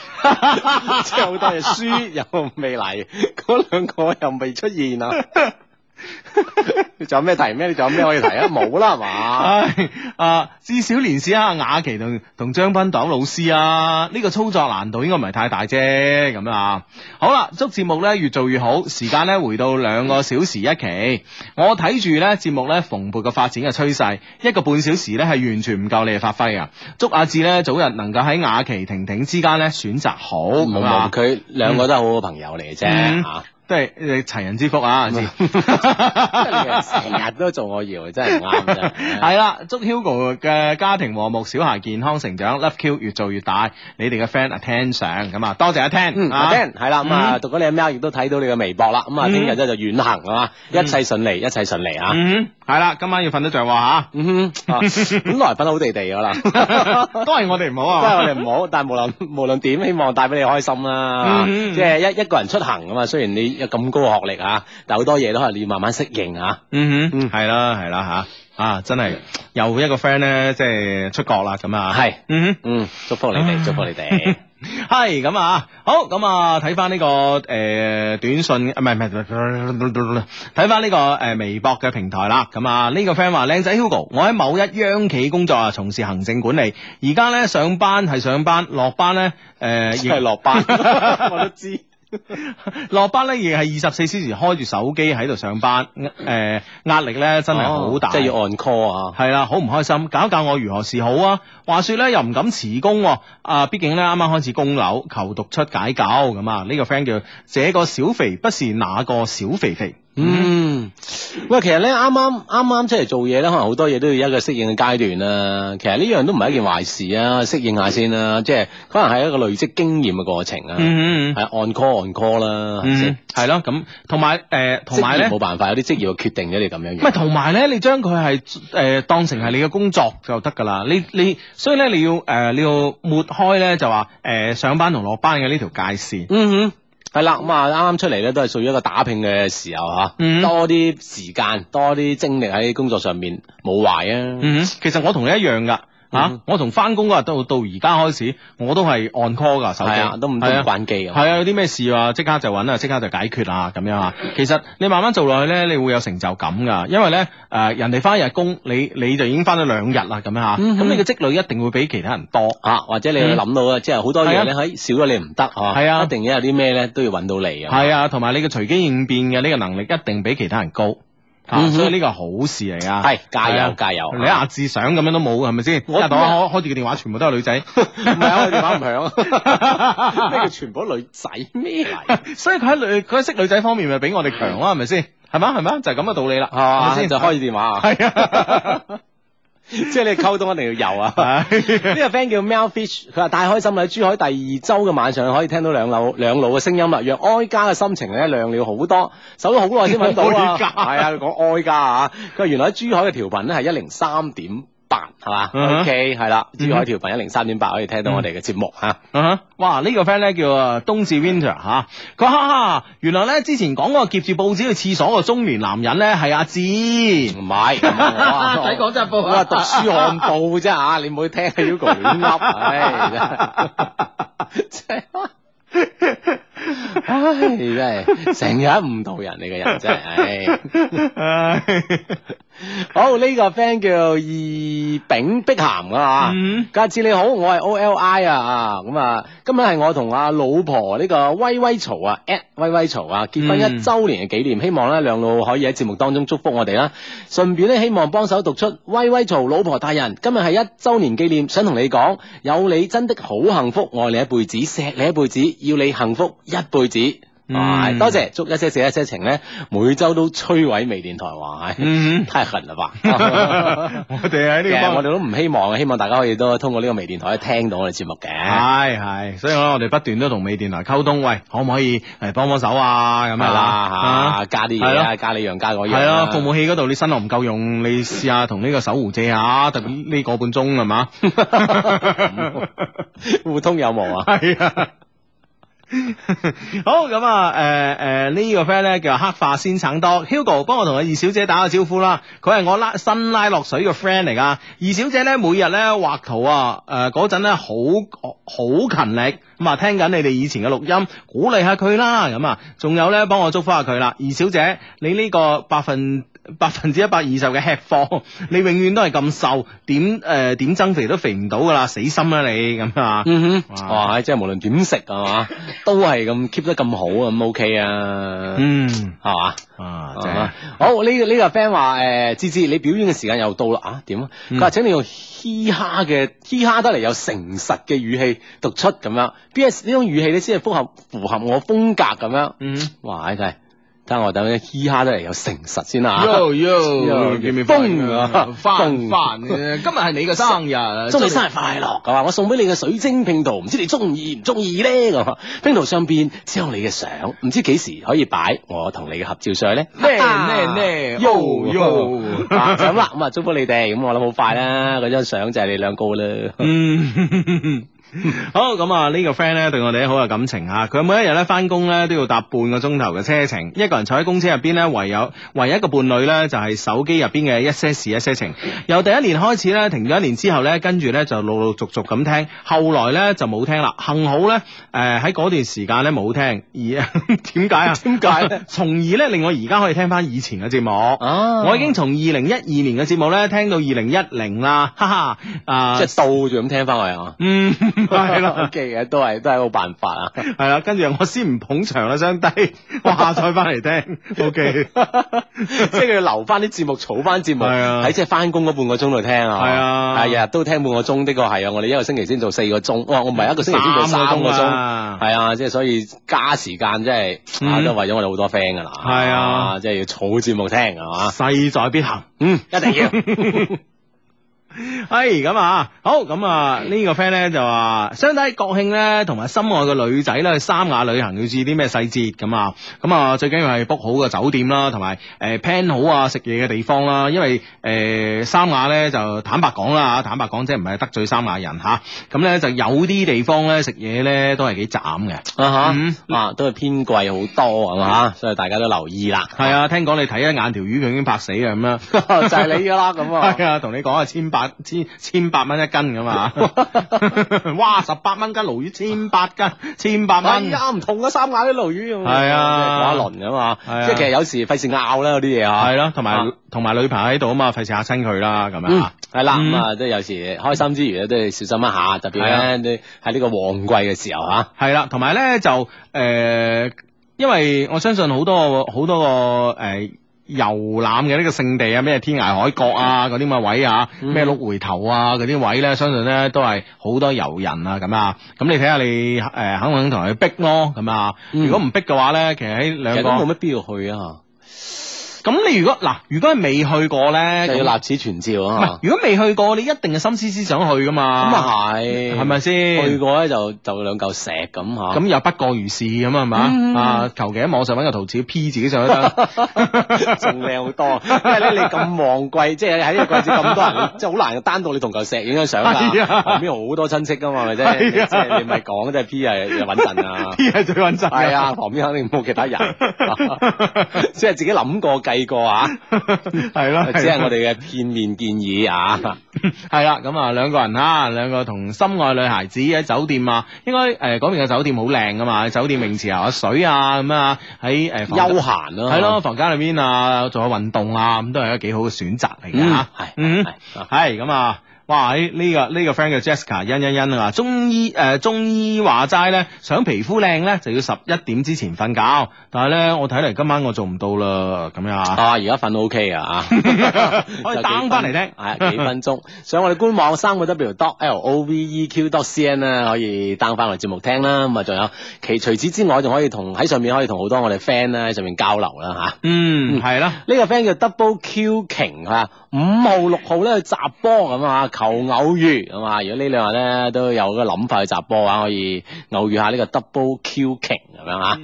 Speaker 2: 即係好多嘢書又未嚟，嗰兩個又未出現啊！你仲有咩提咩？你仲有咩可以提啊？冇啦係嘛？
Speaker 1: 唉，啊，至少連試下雅琪同同張斌黨老師啊，呢、個操作難度應該唔係太大啫，咁啊，好啦，祝節目咧越做越好，時間咧回到兩個小時一期，我睇住咧節目咧蓬勃嘅發展嘅趨勢，一個半小時咧係完全唔夠你哋發揮啊！祝阿志咧早日能夠喺雅琪婷婷之間咧選擇好，
Speaker 2: 冇
Speaker 1: 咁啊
Speaker 2: 冇，，佢兩個都係好好朋友嚟嘅 啫
Speaker 1: 嗯
Speaker 2: 嚇。
Speaker 1: 都係誒齊人之福啊！ 阿志
Speaker 2: 成日都做我搖，真係唔啱 真係
Speaker 1: 系啦，祝 Hugo 嘅家庭和睦，小孩健康成長 l o v e Q 越做越大。你哋嘅 friend 阿 Ten 上咁啊，多謝阿 Ten，
Speaker 2: 嗯，阿
Speaker 1: 啊
Speaker 2: Ben 係啦，咁啊，
Speaker 1: 嗯
Speaker 2: 讀咗你嘅 mail，亦都睇到你嘅微博啦，咁啊，
Speaker 1: 嗯
Speaker 2: 聽日咧就遠行啊，
Speaker 1: 嗯
Speaker 2: 一切順利，一切順利啊！
Speaker 1: 嗯，系啦，今晚要瞓得着喎 吓，
Speaker 2: 嗯 哼，啊本來瞓得好地地噶啦，都
Speaker 1: 都係我哋唔好
Speaker 2: 係我
Speaker 1: 啊。
Speaker 2: 哋唔好，但係無論無論點，希望帶俾你開心啦。
Speaker 1: 嗯
Speaker 2: 即係一一個人出行啊嘛，雖然你有咁高嘅學歷啊，但好多嘢都係你要慢慢適應啊。
Speaker 1: 嗯
Speaker 2: 嗯
Speaker 1: 哼，係啦，係啦吓，啊，真係又一個 friend 咧，即係出國啦咁啊。
Speaker 2: 係，
Speaker 1: 嗯哼。
Speaker 2: 嗯，祝福你哋，祝福你哋。
Speaker 1: 系咁啊，好咁啊，睇翻呢個诶、呃短信，啊唔係 唔係，睇翻呢個诶微博嘅平台啦。咁啊，呢、個 friend 話：靚仔 Hugo，我喺某一央企工作啊，從事行政管理，而家咧上班係上班，落班呃咧诶
Speaker 2: 真係落班，我都知。
Speaker 1: 落班咧亦係二十四小時開住手機喺度上班，诶、壓力咧真係好大。
Speaker 2: 哦即係要按 call 啊。
Speaker 1: 系啦，好唔開心，搞教我如何是好啊！話說咧又唔敢辭工、喎，啊，畢竟咧啱啱開始供樓，求讀出解救咁啊！呢、個 friend 叫這個小肥不是那個小肥肥，
Speaker 2: 嗯，喂，其實咧，啱啱啱啱出嚟做嘢咧，可能好多嘢都要一個適應嘅階段啦。其實呢樣都唔係一件壞事啊，適應下先啦。即係可能係一個累積經驗嘅過程啊。
Speaker 1: 嗯
Speaker 2: 係按 call 按 call 啦，係咪
Speaker 1: 嗯
Speaker 2: 先，
Speaker 1: 係咯咁，同埋誒，同埋
Speaker 2: 職業
Speaker 1: 咧
Speaker 2: 冇。辦法，有啲職業決定咗你咁樣
Speaker 1: 唔係，
Speaker 2: 樣。
Speaker 1: 同埋咧，你將佢係誒當成係你嘅工作就得㗎啦。你你，所以咧，你要誒、呃你要抹開咧，就話誒、呃上班同落班嘅呢條界線。
Speaker 2: 嗯哼。係啦，咁啊啱啱出嚟咧，都係屬於一個打拼嘅時候吓，
Speaker 1: 嗯
Speaker 2: 多啲時間，多啲精力喺工作上面，冇壞啊。
Speaker 1: 嗯，其實我同你一樣㗎。
Speaker 2: 嗯
Speaker 1: 啊！我從翻工嗰日到到而家開始，我都係按 call 㗎手機，
Speaker 2: 係啊，都唔都唔
Speaker 1: 係啊
Speaker 2: 關機啊。
Speaker 1: 係啊，有啲咩事啊，即刻就揾啊，即刻就解決啊，咁樣啊。其實你慢慢做落去咧，你會有成就感噶，因為咧誒、呃人哋翻一日工，你你就已經翻咗兩日啦，咁樣啊。咁、
Speaker 2: 嗯哼
Speaker 1: 你嘅積累一定會比其他人多。
Speaker 2: 啊，或者你會諗到啊，即係好多嘢咧，喺少咗你唔得啊，
Speaker 1: 係啊
Speaker 2: 一定有啲咩咧都要揾到你啊。
Speaker 1: 係啊，同埋你嘅隨機應變嘅呢個能力一定比其他人高。啊
Speaker 2: 嗯哼
Speaker 1: 所以呢個係好事嚟噶，
Speaker 2: 係加
Speaker 1: 係
Speaker 2: 油
Speaker 1: 啊
Speaker 2: 加油！
Speaker 1: 你阿志相咁樣都冇，係咪先？
Speaker 2: 我
Speaker 1: 一打開開住個電話，全部都係女仔。
Speaker 2: 唔係啊，我電話唔響， 咩叫全部女仔咩 嚟？
Speaker 1: 所以佢喺女佢喺識女仔方面咪比我哋強啦，係咪先？係嘛係嘛，就係咁嘅道理啦，係咪
Speaker 2: 啊，
Speaker 1: 先？
Speaker 2: 就開住電話啊，
Speaker 1: 係啊，
Speaker 2: 即係你溝通一定要有啊。 呢個 friend 叫 Melfish，佢話太開心啦！喺珠海第二周嘅晚上可以聽到兩老兩老嘅聲音啦，讓哀家嘅心情咧亮了好多。搜咗好耐先揾到啊，
Speaker 1: 哀家
Speaker 2: 係啊，佢講哀家啊，佢話原來喺珠海嘅調頻咧係一零三點八，係
Speaker 1: 嗯
Speaker 2: 嘛
Speaker 1: 哼嗯
Speaker 2: ？OK，係啦，珠海調頻一零三點八可以聽到我哋嘅節目嚇。
Speaker 1: 啊哈 哇！呢、個 friend 咧叫啊冬至 Winter 吓、佢話哈哈，原來咧之前講嗰個夾住報紙去廁所個中年男人咧係阿志，
Speaker 2: 唔係，睇
Speaker 1: 廣州報
Speaker 2: 我話讀書看報啫嚇，你唔好聽 Hugo 亂噏，唉，真係唉，真係成日唔到人，你嘅人真係，唉。好呢、個 friend 叫易炳碧咸啊
Speaker 1: 嗯
Speaker 2: 家志你好，我係 O L I 啊啊，咁啊，今日係我同阿老婆呢個威威曹啊，at 威威曹啊，結婚
Speaker 1: 嗯
Speaker 2: 一周年嘅紀念，希望咧兩老可以喺節目當中祝福我哋啦，順便咧希望幫手讀出威威曹老婆大人，今日係一周年紀念，想同你講，有你真的好幸福，愛你一輩子，錫你一輩子，要你幸福一輩子。
Speaker 1: 嗯
Speaker 2: 哇多謝，祝一些事一些情咧，每周都摧毀微電台 話。
Speaker 1: 嗯，
Speaker 2: 太狠了吧！
Speaker 1: 我哋喺
Speaker 2: 其實
Speaker 1: 呢
Speaker 2: 我哋
Speaker 1: 個
Speaker 2: 都唔希望，希望大家可以都通過呢個微電台聽到我哋節目嘅。
Speaker 1: 係係，所以咧我哋不斷都同美電台溝通，喂，可唔可以誒幫幫手啊？咁
Speaker 2: 咁
Speaker 1: 樣
Speaker 2: 係啦
Speaker 1: 啊
Speaker 2: 嚇，加啲
Speaker 1: 係
Speaker 2: 嘢
Speaker 1: 咯
Speaker 2: 啊，加呢樣加嗰樣
Speaker 1: 係
Speaker 2: 啊。
Speaker 1: 啊，服務器嗰度你新浪唔夠用，你試下同呢個守護借下，特別呢個半鐘係嘛？
Speaker 2: 互通有無啊？
Speaker 1: 係啊。好咁啊，诶诶呢個 friend 咧叫黑化先橙多，Hugo 幫我同阿二小姐打個招呼啦。佢係我拉新拉落水嘅 friend 嚟噶。二小姐咧每日咧畫圖啊，诶嗰陣咧好好勤力，咁啊聽緊你哋以前嘅錄音，鼓勵下佢啦。咁啊，仲有咧幫我祝福下佢啦。二小姐，你呢個百分。百分之一百二十嘅吃貨， 你永遠都係咁瘦，點誒、呃、點增肥都肥唔到噶啦，死心啦你咁啊！
Speaker 2: 嗯哼，
Speaker 1: 哇
Speaker 2: 哇！即係無論點食係嘛，都係咁 keep 得咁好啊，咁 OK 啊，
Speaker 1: 嗯
Speaker 2: 係嘛？
Speaker 1: 啊，
Speaker 2: 係
Speaker 1: 真係
Speaker 2: 嘛。好呢個呢個 friend 話誒，芝芝你表演嘅時間又到啦啊？點啊？
Speaker 1: 嗯
Speaker 2: 佢話請你用嘻哈嘅嘻哈得嚟有誠實嘅語氣讀出咁樣。B.S. 呢種語氣咧先係符合符合我風格咁樣。
Speaker 1: 嗯。
Speaker 2: 哇！真係睇下我等啲嘻哈得嚟有誠實先啦啊
Speaker 1: Yo yo，
Speaker 2: Yo，
Speaker 1: 見面
Speaker 2: 風啊
Speaker 1: 翻
Speaker 2: 風
Speaker 1: 翻，今日係你嘅生 日，
Speaker 2: 祝你生日快樂！咁啊，我送俾你嘅水晶拼圖，唔知你中意唔中意咧？咁啊拼圖上邊只有你嘅相，唔知幾時可以擺我同你嘅合照上去咧？
Speaker 1: 咩咩咩，Yo 哦 yo，
Speaker 2: 啊就咁啦，咁啊祝福你哋，咁我諗好快啦，嗰張相就係你兩個啦。
Speaker 1: 嗯。 好咁啊！呢個 friend 咧對我哋好有感情啊！佢每一日咧翻工咧都要搭半個鐘頭嘅車程，一個人坐喺公車入邊咧，唯有唯一一個伴侶咧就係手機入邊嘅一些事一些情。由第一年開始咧，停咗一年之後咧，跟住咧就陸陸續續咁聽，後來咧就冇聽啦。幸好咧，誒喺嗰段時間咧冇聽，而 點解啊？點解 哦咧？從而咧令我而家可以聽翻以前嘅節目。
Speaker 2: 啊
Speaker 1: 我已經從二零一二年嘅節目咧聽到二零一零啦，哈哈！啊、
Speaker 2: 即係倒住咁聽翻嚟啊。
Speaker 1: 嗯， 係 啦。
Speaker 2: ，OK 嘅，都係都係好辦法啊。
Speaker 1: 系啦，跟住我先唔捧場啦，相低， 我下載翻嚟聽。O K，
Speaker 2: 即係佢要留翻啲節目，儲翻節目，
Speaker 1: 係啊
Speaker 2: 喺即係翻工嗰半個鐘度聽啊，
Speaker 1: 係啊
Speaker 2: 係日日都聽半個鐘，的確係啊，我哋一個星期先做四個鐘，哇，我唔係一個星期先做三個鐘，
Speaker 1: 啊，
Speaker 2: 係啊，即係所以加時間真係啊，
Speaker 1: 嗯
Speaker 2: 都為咗我哋好多 friend 噶啦，
Speaker 1: 係啊，
Speaker 2: 即係要儲節目聽係嘛，
Speaker 1: 勢在必行。
Speaker 2: 嗯，一定要，
Speaker 1: 哎，咁啊，好咁啊，呢、個 friend 咧就話，相低國慶咧同埋心愛嘅女仔咧去三亞旅行要注意啲咩細節咁啊？咁啊，最緊要係 book 好個酒店啦，同埋誒 plan 好啊食嘢嘅地方啦，因為誒、呃三亞咧就坦白講啦，坦白講即係唔係得罪三亞人吓，咁、咧就有啲地方咧食嘢咧都係幾斬 嘅。
Speaker 2: 啊
Speaker 1: 嗯
Speaker 2: 嚇，啊都係偏貴好多係嘛，所以大家都留意啦，
Speaker 1: 系啊，聽講你睇一眼條魚，佢已經拍死啊咁樣。
Speaker 2: 就係你噶啦咁啊
Speaker 1: 係。啊，同你講啊，千八千千八蚊一斤咁 啊，哇，十八蚊斤鱸魚，千八斤，千八蚊
Speaker 2: 係。啊，唔同嘅三眼啲鱸魚咁樣
Speaker 1: 係啊
Speaker 2: 即係嗰一輪噶嘛，
Speaker 1: 係啊
Speaker 2: 即係其實有時費事拗啦嗰啲嘢啊，
Speaker 1: 係咯，同埋
Speaker 2: 啊
Speaker 1: 同埋女朋友喺度啊嘛，費事嚇親佢啦，咁樣
Speaker 2: 嗯
Speaker 1: 啊。，
Speaker 2: 係啦，
Speaker 1: 嗯
Speaker 2: 咁啊，即係有時開心之餘咧，都要小心一下，特別
Speaker 1: 係啊
Speaker 2: 咧，你喺呢個旺季嘅時候啊嚇，
Speaker 1: 係啦，同埋咧就诶，因為我相信好多個好多個诶。遊覽嘅呢個聖地啊，咩天涯海角啊，嗰啲咁嘅位啊，
Speaker 2: 嗯
Speaker 1: 咩鹿回頭啊，嗰啲位咧，相信咧都係好多遊人啊咁啊。咁你睇下你誒、呃肯唔肯同佢逼咯咁啊？
Speaker 2: 嗯
Speaker 1: 如果唔逼嘅話咧，其實喺
Speaker 2: 其
Speaker 1: 兩
Speaker 2: 實
Speaker 1: 個
Speaker 2: 都冇乜必要去啊，
Speaker 1: 咁你如果嗱，如果係未去過咧，
Speaker 2: 就
Speaker 1: 咁
Speaker 2: 要立此存照
Speaker 1: 唔係
Speaker 2: 啊，
Speaker 1: 如果未去過，你一定係心思思想去噶
Speaker 2: 咁
Speaker 1: 嘛？
Speaker 2: 啊係，
Speaker 1: 係咪
Speaker 2: 去
Speaker 1: 先？
Speaker 2: 過咧就就兩嚿石咁嚇，
Speaker 1: 咁又不過如是咁啊係
Speaker 2: 嗯
Speaker 1: 嘛？啊，求其喺網上揾個圖紙 P 自己上都 得。
Speaker 2: 咁仲靚好多，因為咧你咁旺季，即係喺呢個季節咁多 人，即係好難單獨你同嚿石影張相
Speaker 1: 係
Speaker 2: 㗎，
Speaker 1: 啊
Speaker 2: 旁邊好多親戚㗎嘛，係咪啫？
Speaker 1: 係啊
Speaker 2: 即係你咪講，即係 P 係係穩 陣啊。
Speaker 1: P 係最穩陣嘅。
Speaker 2: 系啊，旁邊肯定冇其他 人，即係自己諗過計過啊，
Speaker 1: 係 咯，
Speaker 2: 只係我
Speaker 1: 哋
Speaker 2: 哋嘅片面建議 啊。
Speaker 1: 係啦。咁啊，兩個人啦，兩個同心愛女孩子喺酒店啊，應該誒嗰邊嘅酒店好靚噶嘛，酒店泳池游下水啊咁啊，喺誒
Speaker 2: 休
Speaker 1: 房間
Speaker 2: 閒啊咯，
Speaker 1: 係咯，，房間裏邊啊，做下運動啊，咁都係一個幾好嘅選擇嚟嘅
Speaker 2: 嗯
Speaker 1: 嚇。，
Speaker 2: 係
Speaker 1: 嗯
Speaker 2: 係啊
Speaker 1: 系咁啊！哇！呢、呢個呢、個 friend 叫 Jessica，欣欣欣啊，中醫誒、呃中醫話齋咧，想皮膚靚咧就要十一點之前瞓覺，但係咧我睇嚟今晚我做唔到啦，咁樣啊，
Speaker 2: 啊，而家瞓 OK 啊，啊
Speaker 1: 可以
Speaker 2: 就幾
Speaker 1: down 返嚟聽
Speaker 2: 係幾分鐘。上我哋官網三個 W dot L O V E Q dot C N 啦，可以 down 翻我哋節目聽啦。咁啊，仲有其除此之外，仲可以同喺上面可以同好多我哋 friend 啦喺上面交流啦吓。
Speaker 1: 嗯，
Speaker 2: 嗯
Speaker 1: 係啦。
Speaker 2: 呢個 friend 叫 Double Q King 啊，五號六號咧去集波咁啊，求偶遇咁啊！如果呢兩日咧都有個諗法去集波嘅話，可以偶遇
Speaker 1: 嗯
Speaker 2: 下呢個 Double Q King 咁樣啊，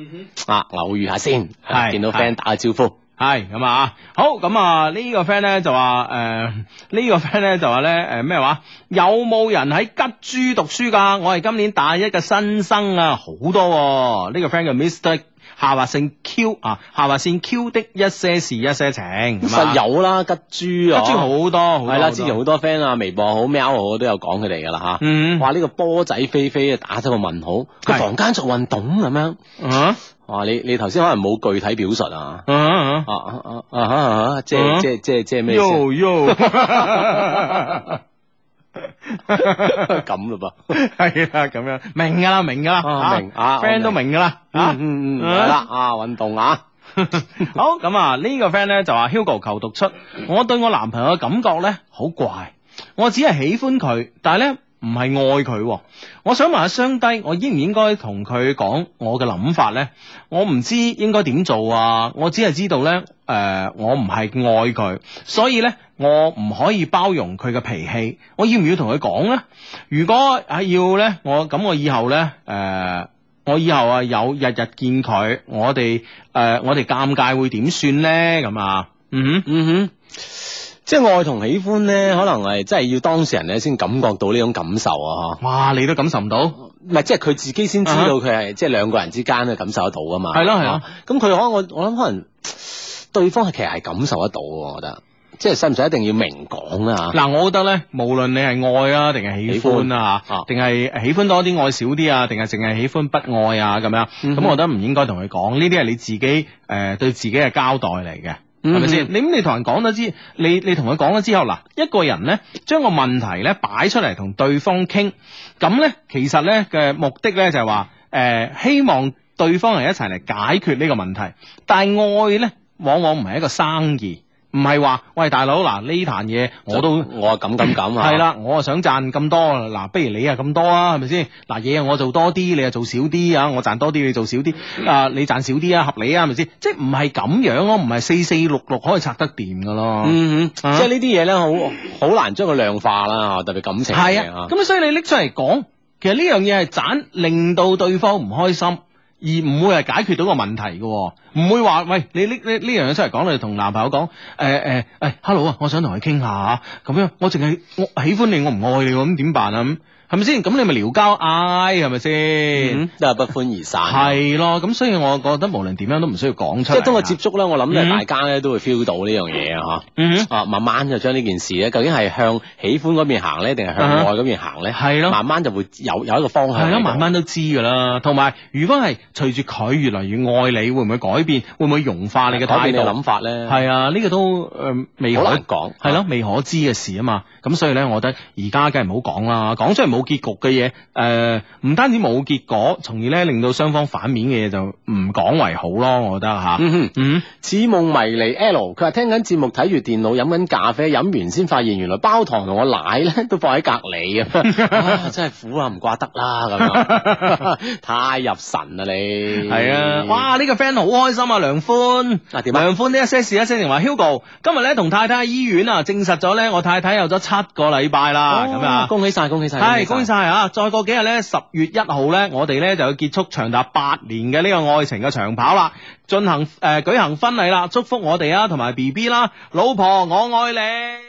Speaker 2: 啊偶遇下先，
Speaker 1: 係
Speaker 2: 見到
Speaker 1: 係
Speaker 2: friend 打個招呼，
Speaker 1: 係咁啊，好咁啊，呢個 friend 咧就話诶，呢個 friend 咧就話咧诶咩話？有冇人喺吉珠讀書㗎？我係今年大一嘅新生啊，好多喎呢個 friend 叫 Mr。下劃線 Q 啊，下劃線 Q 的一些事一些情，咁啊
Speaker 2: 實有啦，吉
Speaker 1: 吉
Speaker 2: 珠啊，
Speaker 1: 珠好多，好
Speaker 2: 係啦，之前
Speaker 1: 好
Speaker 2: 好
Speaker 1: 多，
Speaker 2: 多 friend 啊，微博好、喵好都有講佢哋噶啦吓。
Speaker 1: 嗯，
Speaker 2: 哇！呢、個波仔飛飛啊，打咗個問號，
Speaker 1: 係
Speaker 2: 佢房間做運動咁樣。
Speaker 1: 嗯
Speaker 2: 哇！你你頭先可能冇具體表述啊。
Speaker 1: 嗯
Speaker 2: 啊啊啊啊啊啊！即係即係即係即係咩意思啊？
Speaker 1: ，yo yo，
Speaker 2: 咁嘞噃。
Speaker 1: 係啦，哎咁樣明㗎啦，明㗎啦，
Speaker 2: 啊明啊我
Speaker 1: friend 都明㗎啦，啊
Speaker 2: 嗯。嗯嗯，係啦啊，運動啊，
Speaker 1: 好咁啊，呢個 friend 咧就話 Hugo 求讀出，我對我男朋友嘅感覺咧好怪，我只係喜歡佢，但係咧唔係愛佢喎。我想問下雙低，我應唔應該同佢講我嘅諗法咧？我唔知應該點做啊！我只係知道咧，誒、我唔係愛佢，所以咧我唔可以包容佢嘅脾氣。我要唔要同佢講咧？如果係要咧，我咁我以後咧，誒、我以後啊有日日見佢，我哋誒、呃我哋尷尬會點算咧？咁啊，嗯
Speaker 2: 嗯哼。即係愛同喜歡咧，可能係真係要當事人咧先感覺到呢種感受啊！
Speaker 1: 哼，哇，你都感受唔到，
Speaker 2: 嗬，唔係即係佢自己先知道佢係即係兩個人之間咧感受得到噶嘛。
Speaker 1: 係咯係咯
Speaker 2: 啊。咁佢可能我我諗可能對方係其實係感受得到喎，我覺得。即係使唔使一定要明講啊啦嚇？
Speaker 1: 嗱，我覺得咧，無論你係愛啊，定係喜歡啊
Speaker 2: 喜歡啊，
Speaker 1: 定係喜歡多啲，愛少啲啊，定係淨係喜歡不愛啊，咁樣，
Speaker 2: 嗯
Speaker 1: 咁我覺得唔應該同佢講，呢啲係你自己誒、呃、對自己嘅交代嚟嘅。
Speaker 2: 嗯
Speaker 1: 係咪先？你咁你同人講咗之，你你同佢講咗之後，嗱，一個人咧將個問題咧擺出嚟同對方傾，咁咧其實咧嘅目的咧就係話，誒、希望對方係一齊嚟解決呢個問題，但係愛咧往往唔係一個生意，唔係話喂大佬嗱呢壇嘢我都。
Speaker 2: 我啊咁咁咁啊，
Speaker 1: 係，啦，我啊想賺咁多，嗱，不如你啊咁多啊，係咪先？嗱，嘢我做多啲，你啊做少啲啊，我賺多啲，你做少啲，啊，你賺少啲啊，合理啊，係咪先？即係唔係咁樣咯，唔係四四六六可以拆得掂噶咯。
Speaker 2: 嗯哼，
Speaker 1: 啊
Speaker 2: 即係呢啲嘢咧，好好難將佢量化啦，啊特別感情嘅
Speaker 1: 係
Speaker 2: 嘢
Speaker 1: 啊，咁所以你拎出嚟講，其實呢樣嘢係盞令到對方唔開心，而唔會係解決到個問題嘅喎，唔會話喂你拎呢呢樣嘢出嚟講，你同男朋友講誒誒誒，hello 啊，我想同佢傾下啊咁樣，我淨係我喜歡你，我唔愛你喎，咁點辦啊咁？係咪先？咁你咪撩交嗌係咪先？
Speaker 2: 嗯都係不歡而散。
Speaker 1: 係咯，咁所以我覺得無論點樣都唔需要講出
Speaker 2: 即
Speaker 1: 嚟啊。
Speaker 2: 係通過接觸咧，我諗咧
Speaker 1: 嗯
Speaker 2: 大家咧都會 feel 到呢樣嘢啊
Speaker 1: 嗯哼，
Speaker 2: 嚇，啊慢慢就將呢件事咧，究竟係向喜歡嗰邊行咧，定係向
Speaker 1: 啊哈
Speaker 2: 愛嗰邊行咧？
Speaker 1: 係咯。
Speaker 2: 慢慢就會有有一個方向。
Speaker 1: 係咯，慢慢。都知噶啦。同埋，如果係隨住佢越嚟越愛你，會唔會改變？會唔會融化你嘅
Speaker 2: 改
Speaker 1: 態
Speaker 2: 變你嘅
Speaker 1: 度？
Speaker 2: 諗法咧，
Speaker 1: 係啊，呢、個都诶、呃未可
Speaker 2: 好難講。
Speaker 1: 係咯，未可知嘅事啊嘛。咁所以咧，我覺得而家梗係唔好講啦，講出嚟冇結局嘅嘢，诶、唔單止冇結果，從而咧令到雙方反面嘅嘢就唔講為好咯。我覺得吓，
Speaker 2: 嗯哼，
Speaker 1: 嗯，
Speaker 2: 似夢迷離 L，佢話聽緊節目，睇住電腦，飲緊咖啡，飲完先發現原來包糖同我奶咧都放喺隔 離咁，啊真係苦啊，唔怪得啦咁 樣，太入神啦你。
Speaker 1: 係啊，哇！呢、個 friend 好開心啊，梁歡。
Speaker 2: 啊點啊？
Speaker 1: 梁寬呢一些事一些情話 Hugo，今日咧同太太喺醫院啊，證實咗咧我太太有咗七個禮拜啦，咁啊
Speaker 2: 哦。恭喜晒，恭喜晒，
Speaker 1: 系，恭喜晒啊！再過幾日咧，十月一號咧，我哋咧就要結束長達八年嘅呢個愛情嘅長跑啦，進行诶、呃、举行婚禮啦，祝福我哋啊，同埋 B B 啦，老婆我愛你。